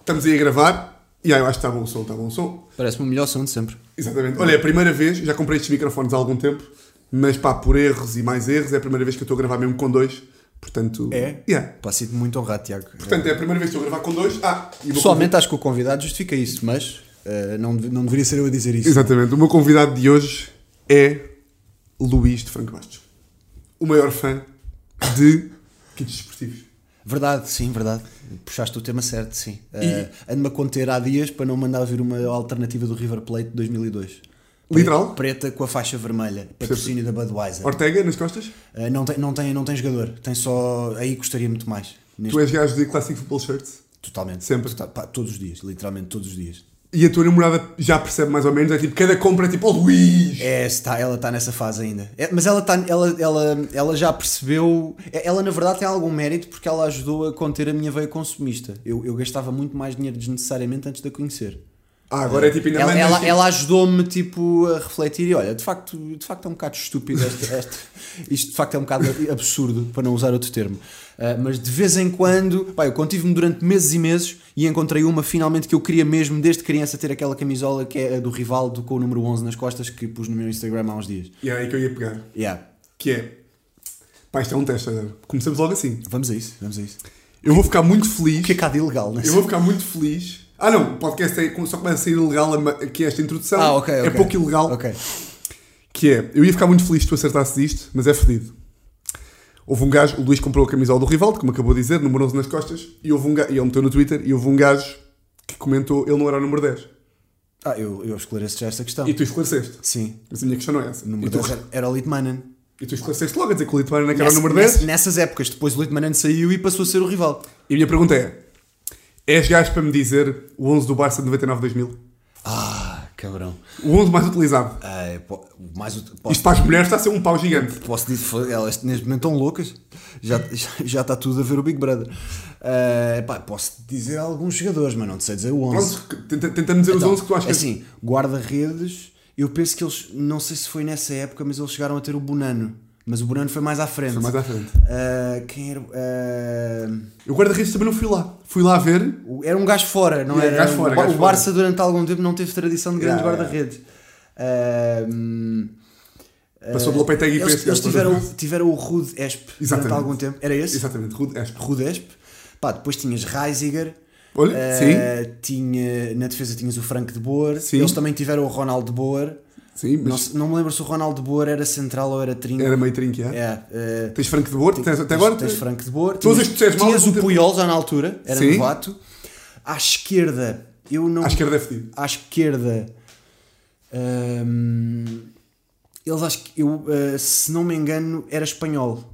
Estamos aí a gravar. E aí, eu acho que está bom o som, está bom o som. Parece-me o melhor som de sempre. Exatamente. Olha, é a primeira vez, já comprei estes microfones há algum tempo, mas pá, por erros e mais erros, é a primeira vez que eu estou a gravar mesmo com dois. Portanto. É? Yeah. Pá, sinto-me muito honrado, Tiago. Portanto, é a primeira vez que estou a gravar com dois. Ah, e o meu Pessoalmente, acho que o convidado justifica isso, mas eh, não, deve- não deveria ser eu a dizer convidado- isso. Exatamente. O meu convidado de hoje é Luís de Franco Bastos. O maior fã de kits desportivos. Verdade, sim, verdade. Puxaste o tema certo, sim. Eh, Ando-me a conter há dias para não mandar vir uma alternativa do River Plate de 2002. Literal? Preta com a faixa vermelha, patrocínio da Budweiser. Ortega nas costas? Eh, não, tem, não, tem, não tem jogador, tem só. Aí gostaria muito mais. Neste- Tu és gajo de Classic Football Shirts. Totalmente. Sempre. Tota- pá, todos os dias, literalmente todos os dias. E a tua namorada já percebe mais ou menos, é tipo, cada compra é tipo, oh Luís! É, está, ela está nessa fase ainda. É, mas ela, está, ela, ela, ela já percebeu. é- Ela, na verdade, tem algum mérito porque ela ajudou a conter a minha veia consumista. Eu, eu gastava muito mais dinheiro desnecessariamente antes de a conhecer. Ah, agora é tipo, ainda Ela, mandas, ela, tipo, ela ajudou-me tipo, a refletir e olha, de facto, de facto é um bocado estúpido este, este- isto de facto é um bocado absurdo, para não usar outro termo. Ah, mas de vez em quando, pá, eu contive-me durante meses e meses e encontrei uma finalmente que eu queria mesmo desde criança ter aquela camisola que é a do Rivaldo com o número 11 nas costas que pus no meu Instagram há uns dias. E é aí que eu ia pegar. Yeah. Que é. Pá, isto é um teste agora. Começamos logo assim. Vamos a isso, vamos a isso. Eu vou ficar muito O que é feliz. que há de ilegal, né? Eu vou ficar muito feliz. Ah, não, o podcast é, só começa a ser ilegal a ma- aqui esta introdução. Ah, ok, ok. É pouco ilegal. Ok. Que é. Eu ia ficar muito feliz se tu acertasses isto, mas é fedido. Houve um gajo, o Luís comprou a camisola do Rivaldo, como acabou de dizer, numerou-se nas costas, e houve um gajo, e ele meteu no Twitter, e houve um gajo que comentou, ele não era o número 10. Ah, eu, eu esclareço já esta questão. E tu esclareceste. Sim. Mas a minha questão não é essa. O E número tu, 10 era- era o Litmanen. e tu esclareceste logo a dizer que o Lituânia era o Nessa- número 10. ness- Nessas épocas, depois o Litmanen saiu e passou a ser o rival. E a minha pergunta é: és gajo para me dizer o 11 do Barça de 99-2000? Ah, cabrão. O 11 mais utilizado. Ah, eu po- mais o- Isto posso, para as mulheres está a ser um pau gigante. posso dizer, foi- elas neste momento estão loucas. Já, já, já está tudo a ver o Big Brother. Ah, pá, posso dizer alguns jogadores, mas não te sei dizer o 11. Pronto, tenta- tenta-me dizer Então, os 11 que tu achas é assim, guarda-redes, eu penso que eles, não sei se foi nessa época, mas eles chegaram a ter o Bonano. Mas o Bonano foi mais à frente. Foi mais à frente. Ah, quem era? Ah, Eu guarda-redes também não fui lá. Fui lá ver. o- era um gajo fora, não Yeah, era? gajo fora, o, Ba- gajo o Barça durante algum tempo não teve tradição de grandes Yeah, yeah. guarda-redes. Ah, Passou do Lopetegui para Eles, esse eles gajo. tiveram, um tiveram o Rude Esp Exatamente. durante algum tempo. Era esse? Exatamente, Rude Esp. Rude Esp. Pá, depois tinhas Reisiger. Olha, Eh, Tinha, na defesa tinhas o Frank de Boer. Sim. Eles também tiveram o Ronald de Boer. Sim, Não, mas se- não me lembro se o Ronald de Boer era central ou era trinco. era meio trinqueado. É, eh, Tens Franco de Bordo, tens até agora. Tens Frank de Boer. Todas tinhas- as que disseste mal, Tinhas algum o tempo. Puyol já na altura. Era Sim. novato. À esquerda, eu não À esquerda é fedido. à esquerda. hum, eles acho que eu, uh, se não me engano, era espanhol.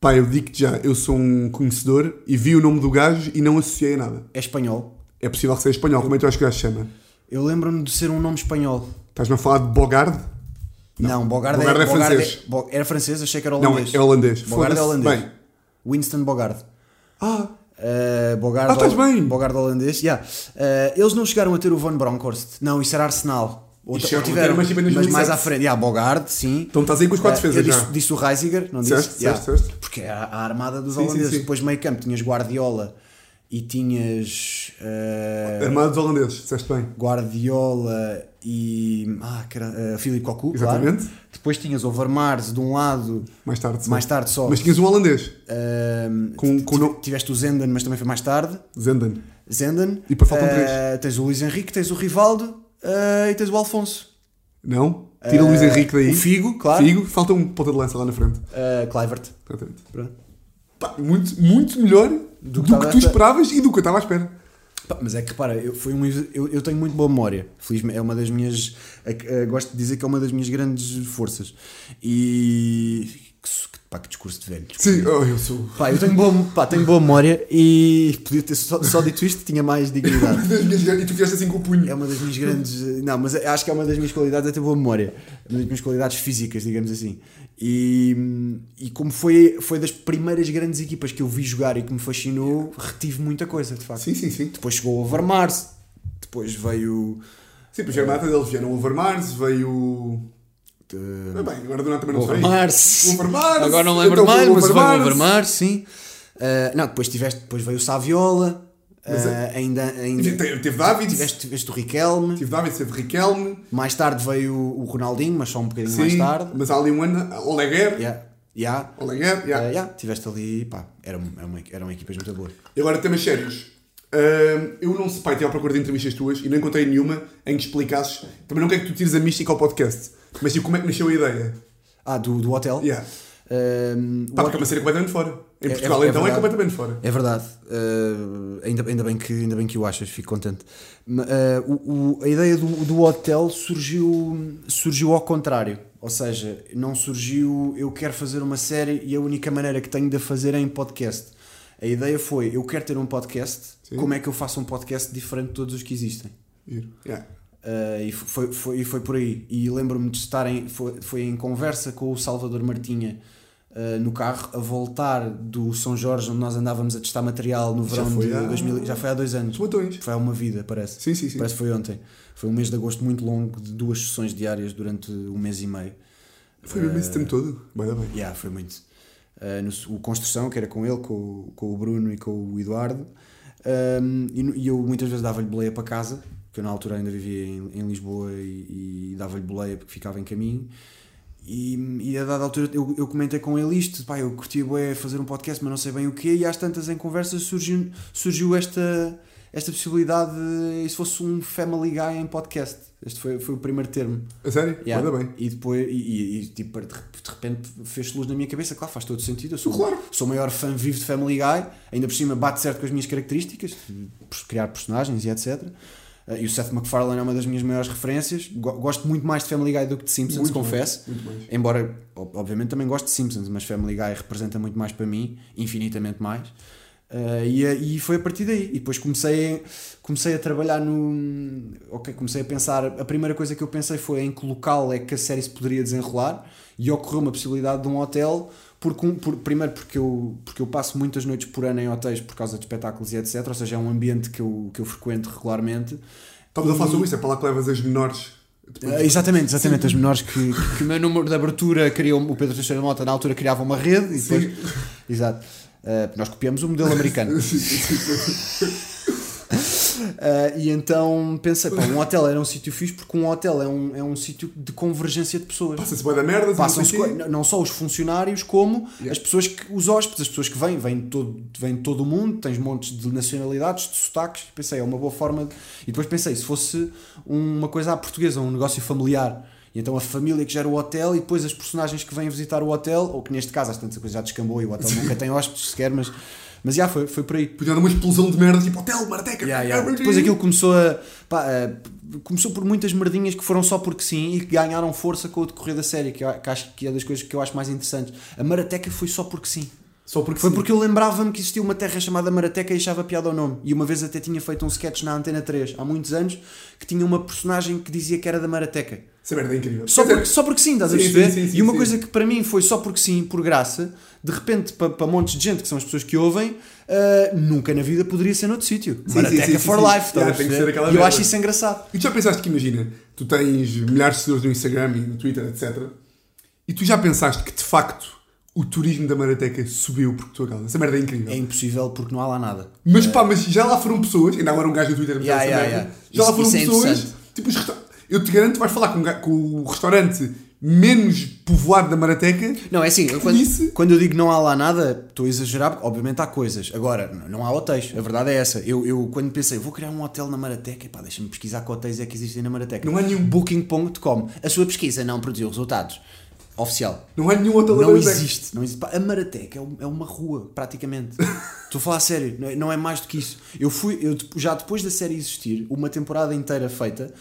Pá, eu digo-te já, eu sou um conhecedor e vi o nome do gajo e não associei a nada. É espanhol. É possível que seja espanhol. Como é que tu achas que o gajo se chama? Eu lembro-me de ser um nome espanhol. Estás-me a falar de Bogarde? Não, Bogard, Bogard é, é Bogard francês. é- Bo- era francês, achei que era Não, holandês. é holandês. Bogard é Foda-se. holandês. Bem. Winston Bogard. Ah, Uh, Bogard, Ah, estás hol- bem. Bogard holandês. yeah. Uh, eles não chegaram a ter o Von Bronckhorst. Não, isso era Arsenal. Ou, Isso ou chegaram a ter, tiveram, mas tipo em mas mais 2007. à frente. Yeah, Bogard, sim. então estás aí com as quatro Eh, eu defesas já. disse, disse o Reisiger, não Disseste, disse? Yeah. disseste, disseste. Porque era a armada dos Sim, sim, holandeses. sim. Depois, meio campo, tinhas Guardiola e tinhas eh, Armados holandeses, disseste bem. Guardiola e. Ah, que era, eh, Philippe Cocu, Exatamente. claro. Depois tinhas Overmars de um lado, Mais tarde. sim. mais tarde só. Mas tinhas um holandês. Ehm, Com- um- com tive- no- Tiveste o Zenden, mas também foi mais tarde. Zendan. Zenden. E depois faltam Eh, Tens o Luís Henrique, tens o Rivaldo eh, e tens o Alfonso. Não? Tira o Luís Eh, Henrique daí. O Figo, claro. Figo. Falta um ponta de lança lá na frente. Eh, Clivert. Exatamente. Pronto. Pá, muito, muito melhor do que, estava tu a- esperavas e do que eu estava à espera. Pá, mas é que repara, eu, foi um, eu, eu tenho muito boa memória. Felizmente, é uma das minhas. a- a- gosto de dizer que é uma das minhas grandes forças. E. Que, su- que- pá, que discurso de velho. Sim, oh, eu sou. Pá, eu tenho boa, pá, tenho boa memória e podia ter só, só dito isto, tinha mais dignidade. Das minhas- E tu fizeste assim com o punho. É uma das minhas grandes. Não, mas acho que é uma das minhas qualidades, até boa memória. Uma das minhas qualidades físicas, digamos assim. E, e como foi, foi das primeiras grandes equipas que eu vi jogar e que me fascinou, retive muita coisa, de facto. Sim, sim, sim. Depois chegou o Overmars, depois veio. Sim, pois Germata deles vieram o Overmars, veio. o- Ah, Bem, agora do nada também não sei. Overmars! Overmars! Agora não lembro Então foi mais, o mas veio o Overmars. Overmars, sim. Ah, não, depois tiveste, depois veio o Saviola. Mas é- Ah, ainda, ainda Teve teve David, tiveste, tiveste o Riquelme. teve David, teve Riquelme, Mais tarde veio o Ronaldinho, mas só um bocadinho mais sim, tarde. mas há ali um ano, Oleguer, Yeah. Yeah. Oleguer, yeah. Ah, yeah, Tiveste ali, pá, era, uma- era uma, era uma equipa muito boa. E agora temas sérios. Ahm, eu não sei, pai, estive à procura de entrevistas tuas e não encontrei nenhuma em que explicasses. Também não quero que tu tires a mística ao podcast, mas tipo, como é que nasceu a ideia? Ah, do, do hotel? Yeah. Ahm, Pá, o porque é uma série completamente fora. Em É- Portugal, é- é então, é verdade. completamente fora. É verdade. Uh, ainda, ainda, bem que, ainda bem que o achas, fico contente. Ma- uh, o- o- a ideia do, do hotel surgiu, surgiu ao contrário. Ou seja, não surgiu eu quero fazer uma série e a única maneira que tenho de a fazer é em podcast. A ideia foi eu quero ter um podcast, Sim. como é que eu faço um podcast diferente de todos os que existem? Giro. Yeah. Uh, e foi, foi, e foi por aí. E lembro-me de estar em, foi, foi em conversa com o Salvador Martinha uh, no carro, a voltar do São Jorge, onde nós andávamos a testar material no Já verão foi de há- 2000. Já foi há dois anos. Os botões. Foi há uma vida, parece. Sim, sim, sim. Parece que foi ontem. Foi um mês de agosto muito longo, de duas sessões diárias durante um mês e meio. Foi mesmo esse tempo todo. Bem, bem. Yeah, foi muito. Uh, no, o Construção, que era com ele, com, o- com o Bruno e com o Eduardo. Um, e, no- e eu muitas vezes dava-lhe boleia para casa, porque eu na altura ainda vivia em, em Lisboa e, e dava-lhe boleia porque ficava em caminho. E, e a dada altura eu, eu comentei com ele isto: pá, eu curtia bué fazer um podcast, mas não sei bem o quê. E às tantas em conversa surgiu, surgiu esta, esta possibilidade, de- e se fosse um Family Guy em podcast? Este foi, foi o primeiro termo. A sério? Yeah. Manda bem. E depois, e, e- e, tipo, de rep- de repente fez luz na minha cabeça, claro, faz todo sentido. Eu sou, um Claro. sou o maior fã vivo de Family Guy, ainda por cima bate certo com as minhas características, de criar personagens e etc. Eh, E o Seth MacFarlane é uma das minhas maiores referências. Go- Gosto muito mais de Family Guy do que de Simpsons, Muito confesso. mais, muito mais. Embora, ob- obviamente, também gosto de Simpsons, mas Family Guy representa muito mais para mim, infinitamente mais. Eh, e, a- e foi a partir daí. E depois comecei, comecei a trabalhar no. Ok, comecei a pensar. A primeira coisa que eu pensei foi em que local é que a série se poderia desenrolar. E ocorreu uma possibilidade de um hotel. Porque um- por- primeiro, porque eu, porque eu passo muitas noites por ano em hotéis por causa de espetáculos e etc. Ou seja, é um ambiente que eu, que eu frequento regularmente. Estamos a falar sobre isso, é para lá que levas as menores. Ah, exatamente, exatamente. As menores que, que o meu número de abertura criou o Pedro Teixeira Mota na altura criava uma rede e depois. Exato. Ah, nós copiamos o modelo americano. Ah, e então pensei, pá, um hotel era um sítio fixe porque um hotel é um, é um sítio de convergência de pessoas. Passa-se boa da merda, Passam-se não sei co- quê. n- não só os funcionários, como Yeah. as pessoas que, os hóspedes, as pessoas que vêm, vêm de todo, vêm de todo o mundo, tens montes de nacionalidades, de sotaques. Pensei, é uma boa forma. de- E depois pensei, se fosse uma coisa à portuguesa, um negócio familiar. E então a família que gera o hotel e depois as personagens que vêm visitar o hotel, ou que neste caso, às tantas a coisa já descambou e o hotel nunca tem hóspedes sequer, mas, mas já foi, foi por aí. Podia dar uma explosão de merda, tipo hotel, marteca. Yeah, yeah. Depois aquilo começou a, pá, a- p- começou por muitas merdinhas que foram só porque sim e que ganharam força com o decorrer da série, que, eu, que acho que é das coisas que eu acho mais interessantes. A Marateca foi só porque sim. Só porque Foi sim. porque eu lembrava-me que existia uma terra chamada Marateca e achava piada ao nome. E uma vez até tinha feito um sketch na Antena 3, há muitos anos, que tinha uma personagem que dizia que era da Marateca. Essa merda é incrível. Só Quer porque, dizer, só porque sim, estás a Sim, perceber? sim, sim, sim, e uma sim. coisa que para mim foi só porque sim, por graça, de repente para, para montes de gente que são as pessoas que ouvem, ah, nunca na vida poderia ser noutro sítio. Sim, Marateca sim, sim, sim, for sim. life, estás Yeah, a tem que perceber? ser aquela E eu merda. acho isso engraçado. E tu já pensaste que, imagina, tu tens milhares de seguidores no Instagram e no Twitter, etc. E tu já pensaste que, de facto, o turismo da Marateca subiu por tua causa. Essa merda é incrível. É impossível porque não há lá nada. Mas pá, mas já lá foram pessoas, ainda agora um gajo no Twitter a Yeah, essa yeah, merda, yeah. já lá Isso- foram isso é pessoas, interessante. tipo, os resta- eu te garanto, vais falar com, um ga- com o restaurante menos povoado da Marateca, Não, é assim, eu quando, disse? quando eu digo não há lá nada, estou a exagerar, porque obviamente há coisas. Agora, n- não há hotéis, a verdade é essa. Eu, eu quando pensei, vou criar um hotel na Marateca, pá, deixa-me pesquisar que hotéis é que existem na Marateca. Não há nenhum. Booking.com. A sua pesquisa não produziu resultados. Oficial. não há nenhum hotel da Não Marateca. existe, não existe. Pá, A Marateca é um- é uma rua, praticamente. Estou a falar a sério, não é- não é mais do que isso. Eu fui, eu, de- já depois da série existir, uma temporada inteira feita,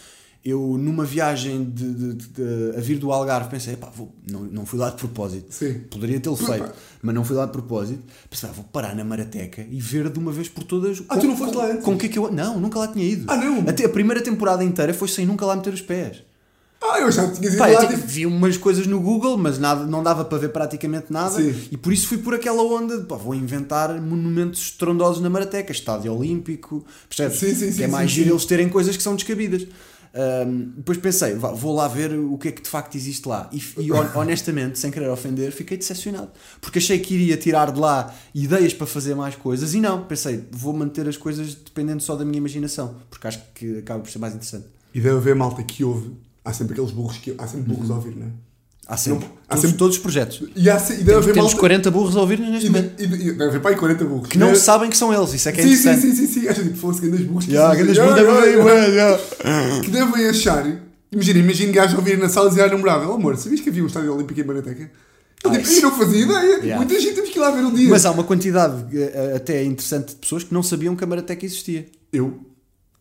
eu numa viagem de, de- de- de- a vir do Algarve pensei, pá, vou- não, não fui lá de propósito. Sim. Poderia tê-lo feito, pá. mas não fui lá de propósito. Pensei, pá, vou parar na Marateca e ver de uma vez por todas. Ah, tu não foste com, lá antes? Com o que é que eu. Não, nunca lá tinha ido. Ah, não? Até a primeira temporada inteira foi sem nunca lá meter os pés. Ah, eu já tinha ido Pá, lá, eu te- tipo, vi umas coisas no Google, mas nada, não dava para ver praticamente nada. Sim. E por isso fui por aquela onda de pá, vou inventar monumentos estrondosos na Marateca, Estádio Olímpico, percebes? Sim, sim, que sim, é mais sim, giro sim. eles terem coisas que são descabidas. Ahm, depois pensei, vá, vou lá ver o que é que de facto existe lá. E, e hon- honestamente, sem querer ofender, fiquei decepcionado. Porque achei que iria tirar de lá ideias para fazer mais coisas e não. Pensei, vou manter as coisas dependendo só da minha imaginação. Porque acho que acaba por ser mais interessante. E deve haver malta que ouve. Há sempre aqueles burros que há sempre Uhum. burros a ouvir, não é? Há sempre. Não, há todos, sempre- todos os projetos. E, há, se- e deve haver Temos malta. 40 burros a ouvir-nos E, neste momento. de- e, de- e deve haver pai 40 burros. Que não Deve- sabem que são eles. Isso é que é Sim, sim, interessante. sim, sim, sim. Acho tipo, foda-se, grandes burros. que Yeah, dizem, grandes burros, "Ah, deve haver ah, aí, ah", Que devem achar. Imagina, imagina gajo ouvir na sala e dizer à namorada: oh, amor, sabias que havia um estádio olímpico em Marateca? Eu, tipo, eu não fazia ideia. Yeah. Muita gente temos que ir lá ver um dia. Mas há uma quantidade eh, eh, até interessante de pessoas que não sabiam que a Marateca existia. eu,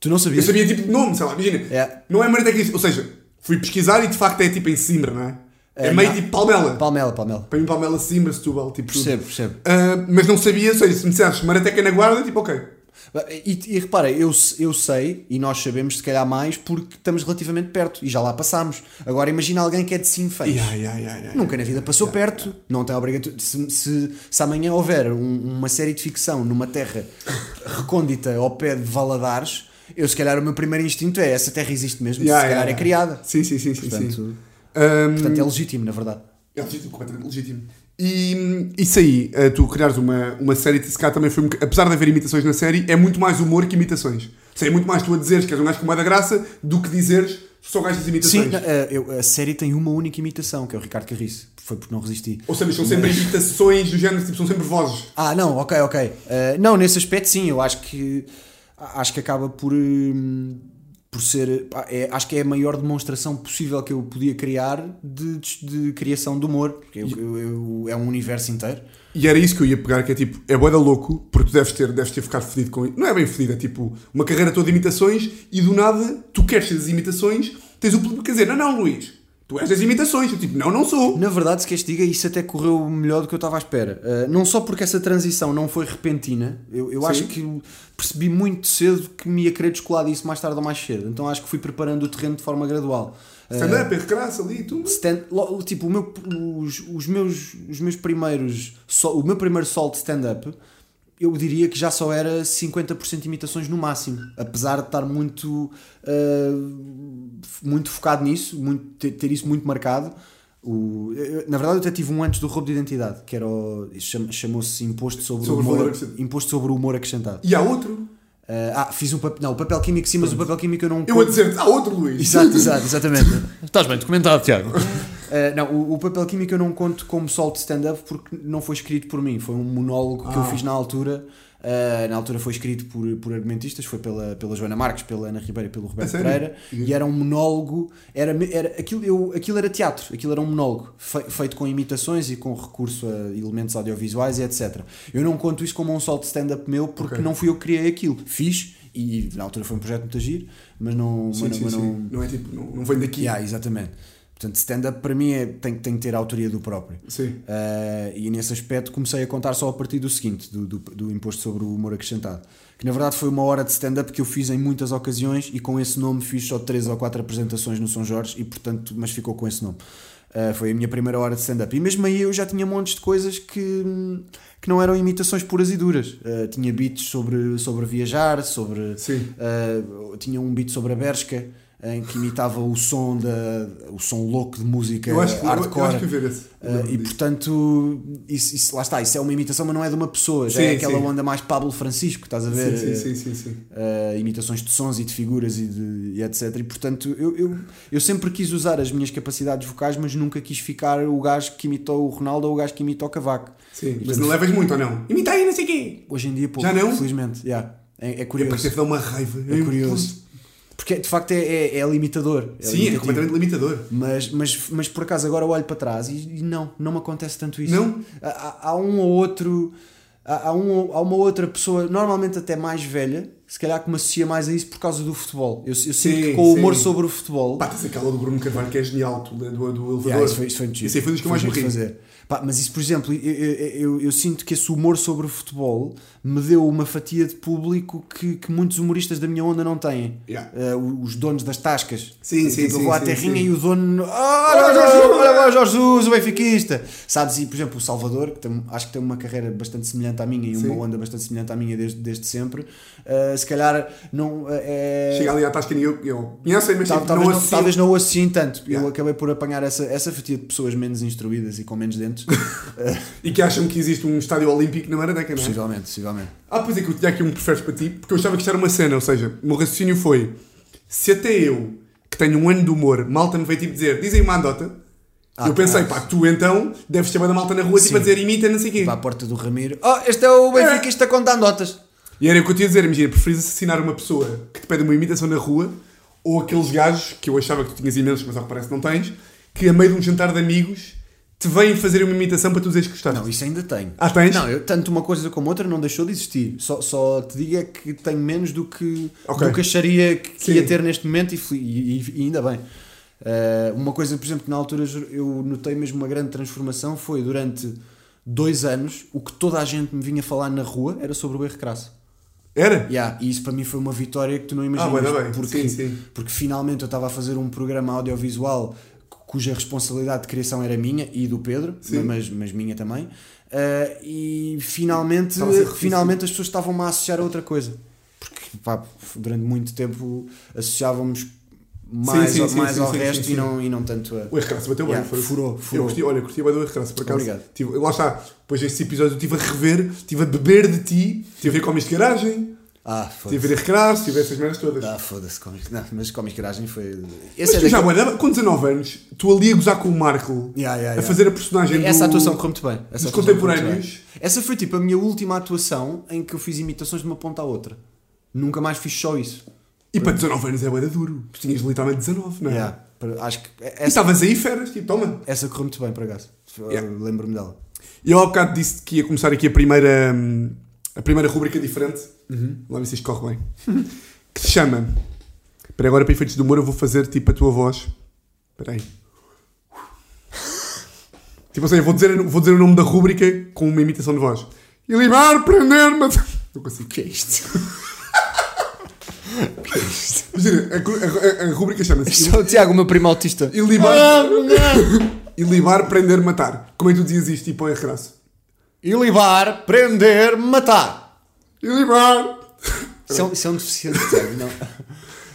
Tu não eu sabias? sabia tipo de nome, sei lá, imagina. Yeah. Não é Marateca, ou seja, fui pesquisar e de facto é tipo em Simbra, não é? É, É, meio não. tipo Palmela. Palmela, Palmela. Para mim, Palmela, Simbra, Setúbal, tipo. tudo. Percebo, percebo. Ah, mas não sabia, ou seja, se me dissesses Marateca na Guarda, tipo, ok. E, e repara, eu, se- eu sei e nós sabemos se calhar mais porque estamos relativamente perto e já lá passámos. Agora imagina alguém que é de Sinfãs. Yeah, yeah, yeah, yeah. Nunca na vida passou perto, não tem obrigatório. Se, se, se amanhã houver um- uma série de ficção numa terra recôndita ao pé de Valadares, eu se calhar o meu primeiro instinto é essa terra existe mesmo, Yeah, se calhar yeah, é yeah. criada. Sim, sim, sim, sim. Portanto, sim. Hum. Ahm, portanto, é legítimo, na verdade. É legítimo, completamente legítimo. E hum, isso aí, eh, tu criares uma, uma série de SK também foi. um boc- Apesar de haver imitações na série, é muito mais humor que imitações. Ou seja, é muito mais tu a dizeres que és um gajo com uma da graça do que dizeres só gajas imitações. Sim, na- a, eu- a série tem uma única imitação, que é o Ricardo Carriço. Foi porque não resisti. Ou seja, são sempre imitações do género, tipo, são sempre vozes. Ah, não, ok, ok. Eh, não, nesse aspecto sim, eu acho que acho que acaba por hum, por ser pá, é- acho que é a maior demonstração possível que eu podia criar de, de- de criação de humor, porque eu- eu- eu- é um universo inteiro. E era isso que eu ia pegar, que é tipo, é boeda louco, porque tu deves ter, deves ter ficado fedido com Não é bem fedido, é tipo, uma carreira toda de imitações e do nada tu queres ser das imitações, tens o público a dizer, não, não, Luís, tu és das imitações. Eu tipo, não, não sou. Na verdade, se queres te diga, isso até correu melhor do que eu estava à espera. Uh, não só porque essa transição não foi repentina, eu, eu acho que percebi muito cedo que me ia querer descolar disso mais tarde ou mais cedo. Então acho que fui preparando o terreno de forma gradual. Uh, Stand-up, é recraça ali e tudo. stand- lo- tipo, o meu- os, os meus, os meus primeiros. sol- o meu primeiro sol de stand-up, eu diria que já só era 50% imitações no máximo. Apesar de estar muito. uh, f- muito focado nisso, muito, ter, ter isso muito marcado. O- eu- eu- na verdade, eu até tive um antes do roubo de identidade, que era. o- isso cham- Chamou-se Imposto sobre, Sobre o Valor humor, Acrescentado. Imposto sobre o Humor Acrescentado. E há outro. Uh, ah, fiz um papel. Não, o papel químico sim, mas o papel químico eu não. Eu a dizer-te, há outro Luís. Exato, exato, exatamente. Estás bem documentado, Tiago. Uh, não, o, o papel químico eu não conto como solo de stand-up porque não foi escrito por mim, foi um monólogo que eu Ah. fiz na altura. Uh, na altura foi escrito por, por argumentistas, foi pela, pela Joana Marques, pela Ana Ribeiro e pelo Roberto sério? Pereira, Uhum. e era um monólogo, era, era, aquilo, eu, aquilo era teatro, aquilo era um monólogo, fe- feito com imitações e com recurso a elementos audiovisuais e etc. Eu não conto isso como um solo de stand-up meu porque Ok. não fui eu que criei aquilo, fiz, e na altura foi um projeto muito agir, mas não. Sim, mas sim, não- mas sim. não- Não é tipo, não, não vem daqui. um Yeah, exatamente. Portanto, stand-up para mim é, tem, tem que ter a autoria do próprio. Sim. Ah, e nesse aspecto comecei a contar só a partir do seguinte, do, do, do imposto sobre o humor acrescentado. Que na verdade foi uma hora de stand-up que eu fiz em muitas ocasiões e com esse nome fiz só três ou quatro apresentações no São Jorge e portanto, mas ficou com esse nome. Ah, foi a minha primeira hora de stand-up. E mesmo aí eu já tinha montes de coisas que, que não eram imitações puras e duras. Ah, tinha beats sobre, sobre viajar, sobre Sim. Uh, tinha um beat sobre a Bershka em que imitava o som da o som louco de música Eu acho que, eu, eu é hardcore acho que eu ver esse. Uh, e portanto isso, isso- lá está isso é uma imitação mas não é de uma pessoa já Sim, é aquela sim. onda mais Pablo Francisco estás a ver sim, sim, sim, sim, sim. Uh, imitações de sons e de figuras e, de, e etc. E portanto, eu, eu, eu sempre quis usar as minhas capacidades vocais, mas nunca quis ficar o gajo que imitou o Ronaldo ou o gajo que imitou o Cavaco. Sim, E, mas portanto, não levas muito ou não? Imita aí, não sei quê. Hoje em dia, pouco, Já não? felizmente. Yeah. É, é É para curioso. ter que dar uma raiva. É curioso. Porque de facto é, é, é limitador. é Sim, é limitativo. completamente limitador. Mas, mas, mas por acaso agora olho para trás e, e não, não me acontece tanto isso. Não? Há- Há, há um ou outro. Há, há um, ou- há uma outra pessoa, normalmente até mais velha, se calhar que me associa mais a isso por causa do futebol. Eu, eu sinto que Sim, com o humor sim. sobre o futebol. Pá, tens aquela do Bruno Carvalho que é genial, tu, do, do elevador. Yeah, isso foi, isso foi muito giro. Isso aí foi dos que eu mais me giro de ri. fazer. Pá, mas isso, por exemplo, eu, eu- eu- eu sinto que esse humor sobre o futebol me deu uma fatia de público que, que muitos humoristas da minha onda não têm. Yeah. Eh, os donos das tascas. Sim, sim, Eu sim, vou à sim, terrinha sim. e o dono. "Ah, Olha lá, Jorge Jesus, olha lá, Jorge Jesus, o benfiquista. Sabes, e por exemplo, o Salvador, que tem- acho que tem uma carreira bastante semelhante à minha e Sim. uma onda bastante semelhante à minha desde, desde sempre, eh, se se calhar não. É, Chega ali à tasca e eu, eu conheço, mas Tal- tipo, talvez, não não, assim. talvez não o assim tanto. Yeah. Eu acabei por apanhar essa, essa fatia de pessoas menos instruídas e com menos dentes. E que acham que existe um estádio olímpico na Maradeca, não é? possivelmente, possivelmente. Ah, pois é que eu tinha aqui um preferes para ti, porque eu achava que isto era uma cena, ou seja, o meu raciocínio foi: se até eu, que tenho um ano de humor, malta me veio tipo dizer, dizem uma andota, Ah, eu pensei, claro. pá, tu então deves chamar da malta na rua tipo Sim. a dizer imita, não sei o quê. Para a porta do Ramiro. Oh, este é o Benfica, isto a contar notas. E era o que eu te ia dizer, imagina, preferes assassinar uma pessoa que te pede uma imitação na rua ou aqueles gajos que eu achava que tu tinhas imensos, mas ao que parece não tens, que a meio de um jantar de amigos te vêm fazer uma imitação para tu dizeres que gostaste. Não, isso ainda tenho. Ah, tens? Não, eu- tanto uma coisa como outra não deixou de existir. Só, só te digo é que tenho menos do que, Ok. do que acharia que, que Sim. ia ter neste momento e, fui- e- e- e ainda bem. Eh, uma coisa, por exemplo, que na altura eu notei mesmo uma grande transformação foi durante dois anos o que toda a gente me vinha falar na rua era sobre o Berro Crasso. Era? Yeah, e isso para mim foi uma vitória que tu não Ah, bué imaginas. da bem. Sim, porque, sim. porque finalmente eu estava a fazer um programa audiovisual cu- cuja responsabilidade de criação era minha e do Pedro, Sim. mas, mas minha também. Ah, e finalmente, Estava a ser difícil. finalmente as pessoas estavam-me a associar a outra coisa. Porque pá, durante muito tempo associávamos mais, sim, ao- sim, mais sim, ao sim, resto sim, e, sim. não, e não tanto a. O Ercraço bateu Yeah, bem, foi. furou, furou. Eu curti, olha, eu curti bem do Ercraço, por acaso. Obrigado. Tive- lá está, depois deste episódio eu estive a rever, estive a beber de ti, estive a ver comes de garagem, Ah, estive foda-se. a ver Ercraço, estive a ver essas merdas todas. Ah, foda-se, Comic- não, mas Comic Garagem foi. Mas Esse é tu já, bué da bem, com 19 anos, tu ali a gozar com o Marco, Yeah, yeah, a yeah. fazer a personagem Essa do... atuação correu muito bem. Essa dos atuação correu muito contemporâneos. bem. Essa foi tipo a minha última atuação em que eu fiz imitações de uma ponta à outra. Nunca mais fiz só isso. E para 19 anos é bué da duro. Tu tinhas literalmente 19, não é? Yeah. Para- Acho que é, E essa, estavas aí feras, tipo, toma. essa correu muito bem, por acaso. Eu Yeah. Lembro-me dela. E eu há bocado disse que ia começar aqui a primeira, hum, a primeira rubrica diferente. Uhum. Lá ver se isto corre bem. que se chama... Espera, agora para efeitos de humor eu vou fazer tipo a tua voz. Espera aí. tipo assim, eu vou dizer, vou dizer o nome da rubrica com uma imitação de voz. Ilimar, prender, matar... Não consigo. que é isto? é Imagina, a, cru- a- a- a rubrica chama-se Isto é o Tiago, o meu primo autista. Ah, Ilibar, Ilibar, prender, matar. Como é que tu dizias isto tipo ao Erraço? Ilibar, prender, matar. Ilibar! Isso é um, isso é um deficiente, Tiago. Não.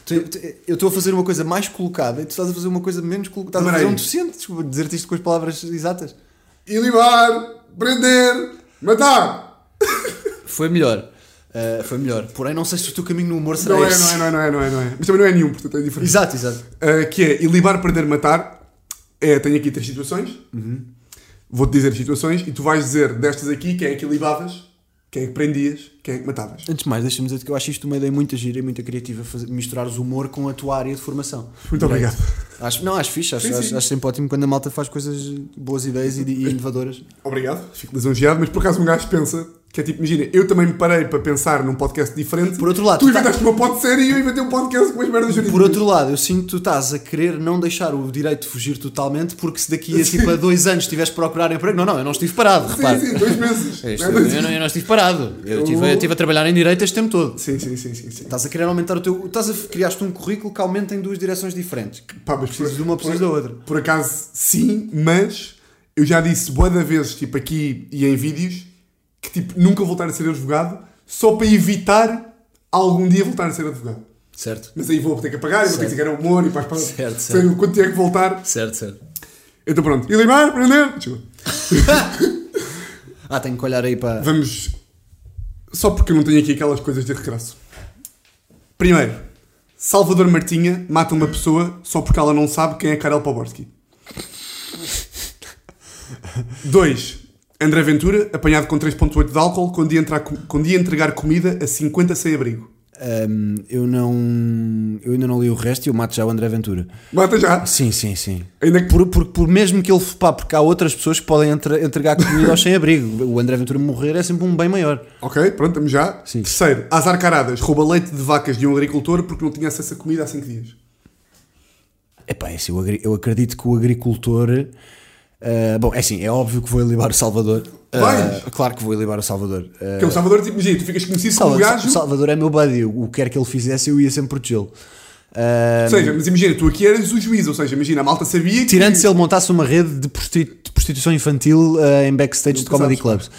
Tu- tu- eu estou a fazer uma coisa mais colocada e tu estás a fazer uma coisa menos colocada. Estás a Peraí. fazer um deficiente. Desculpa dizer-te isto com as palavras exatas. Ilibar, prender, matar! Foi melhor. Eh, Uh, foi melhor. Porém, não sei se o teu caminho no humor será Não é, esse. não é, não é, não é, não é, não é. Mas também não é nenhum, portanto é diferente. Exato, exato. Ah, que é Ilibar, prender, matar. É, tenho aqui três situações. Uhum. Vou-te dizer as situações e tu vais dizer destas aqui quem é que ilibavas, quem é que prendias, quem é que matavas. Antes de mais, deixa-me dizer que eu acho isto uma ideia muito gira e muito criativa, fazer, misturares humor com a tua área de formação. Muito obrigado. Acho, não, acho fixe, acho, Sim, sim. acho- acho sempre ótimo quando a malta faz coisas, boas ideias e, e inovadoras. Obrigado, fico lisonjeado, mas por acaso um gajo pensa que é tipo, imagina, eu também me parei para pensar num podcast diferente. Por outro lado, tu tu tá- inventaste uma pod série e eu inventei um podcast com as merdas jurídicas. Por outro lado, eu sinto que tu estás a querer não deixar o direito fugir totalmente, porque se daqui a, tipo, a dois anos estiveres a procurar emprego, não, não, eu não estive parado, repare. Sim, sim, dois meses. É isto, Não é eu, dois- não, eu não estive parado. Eu estive, eu estive a trabalhar em direito este tempo todo. Sim, sim, sim, sim, sim. Estás a querer aumentar o teu. Estás a criaste um currículo que aumenta em duas direções diferentes. Pá, mas Precisas de uma, precisas da outra. Por acaso, sim, mas eu já disse boa da vez, tipo aqui e em vídeos, que tipo, nunca voltar a ser advogado, só para evitar algum dia voltar a ser advogado. Certo. Mas aí vou ter que apagar, eu vou ter que dizer que era humor e para para. Certo, certo. Sei Quando tiver que voltar. Certo, certo. Então pronto. E limar, prender. Desculpa. Ah, tenho que olhar aí para. Vamos. Só porque eu não tenho aqui aquelas coisas de recraço. Primeiro, Salvador Martinha mata uma pessoa só porque ela não sabe quem é Karel Poborski. 2. André Ventura, apanhado com 3.8 de álcool, quando ia, entrar, quando ia entregar comida a 50 sem abrigo. Ahm, eu não. Eu ainda não li o resto e eu mato já o André Ventura. Mata já! Sim, sim, sim. Ainda que... Por, por, por mesmo que ele. Pá, porque há outras pessoas que podem entre- entregar comida aos sem-abrigo. O André Ventura morrer é sempre um bem maior. Ok, pronto, estamos já. Sim. Terceiro, Azar Caradas rouba leite de vacas de um agricultor porque não tinha acesso a comida há 5 dias. Epá, é assim, eu, agri- eu acredito que o agricultor. ah, bom, é assim, é óbvio que vou elibar o Salvador. Ah, Vais? claro que vou elibar o Salvador. Ah, Que é o Salvador, tipo, imagina, tu ficas conhecido Salvador, como o gajo. Salvador é meu buddy. O que quer que ele fizesse, eu ia sempre protegê-lo. Ah, Ou seja, mas imagina, tu aqui eras o juiz, ou seja, imagina, a malta sabia que. Tirando se ele montasse uma rede de, prosti- de prostituição infantil eh, em backstage de comedy sabes. clubs.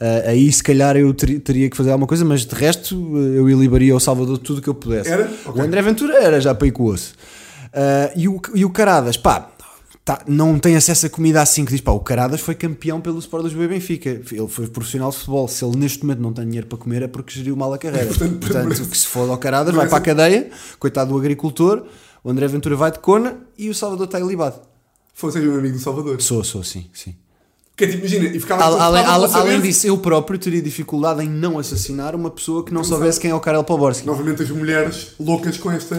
Ah, aí se calhar eu ter- teria que fazer alguma coisa, mas de resto eh, eu ilibaria ao Salvador tudo o que eu pudesse. Era? Ok. O André Ventura era já para ir com o osso. Ah, e, o, e o Caradas, pá, tá- não tem acesso a comida assim que diz, pá, o Caradas foi campeão pelo Sport dos Benfica. Ele foi profissional de futebol. Se ele neste momento não tem dinheiro para comer é porque geriu mal a carreira. Portanto, que se for ao Caradas, vai para a é. cadeia, coitado do agricultor. O André Ventura vai de cona e o Salvador está ilibado. Fosse um amigo do Salvador. Sou, sou, sim, sim. Porque é tipo, imagina, e ficava Ale- ale- ficava ale- a saber- além disso, eu próprio teria dificuldade em não assassinar uma pessoa que não soubesse quem é o Karel Poborski. Não, Novamente as mulheres loucas com esta.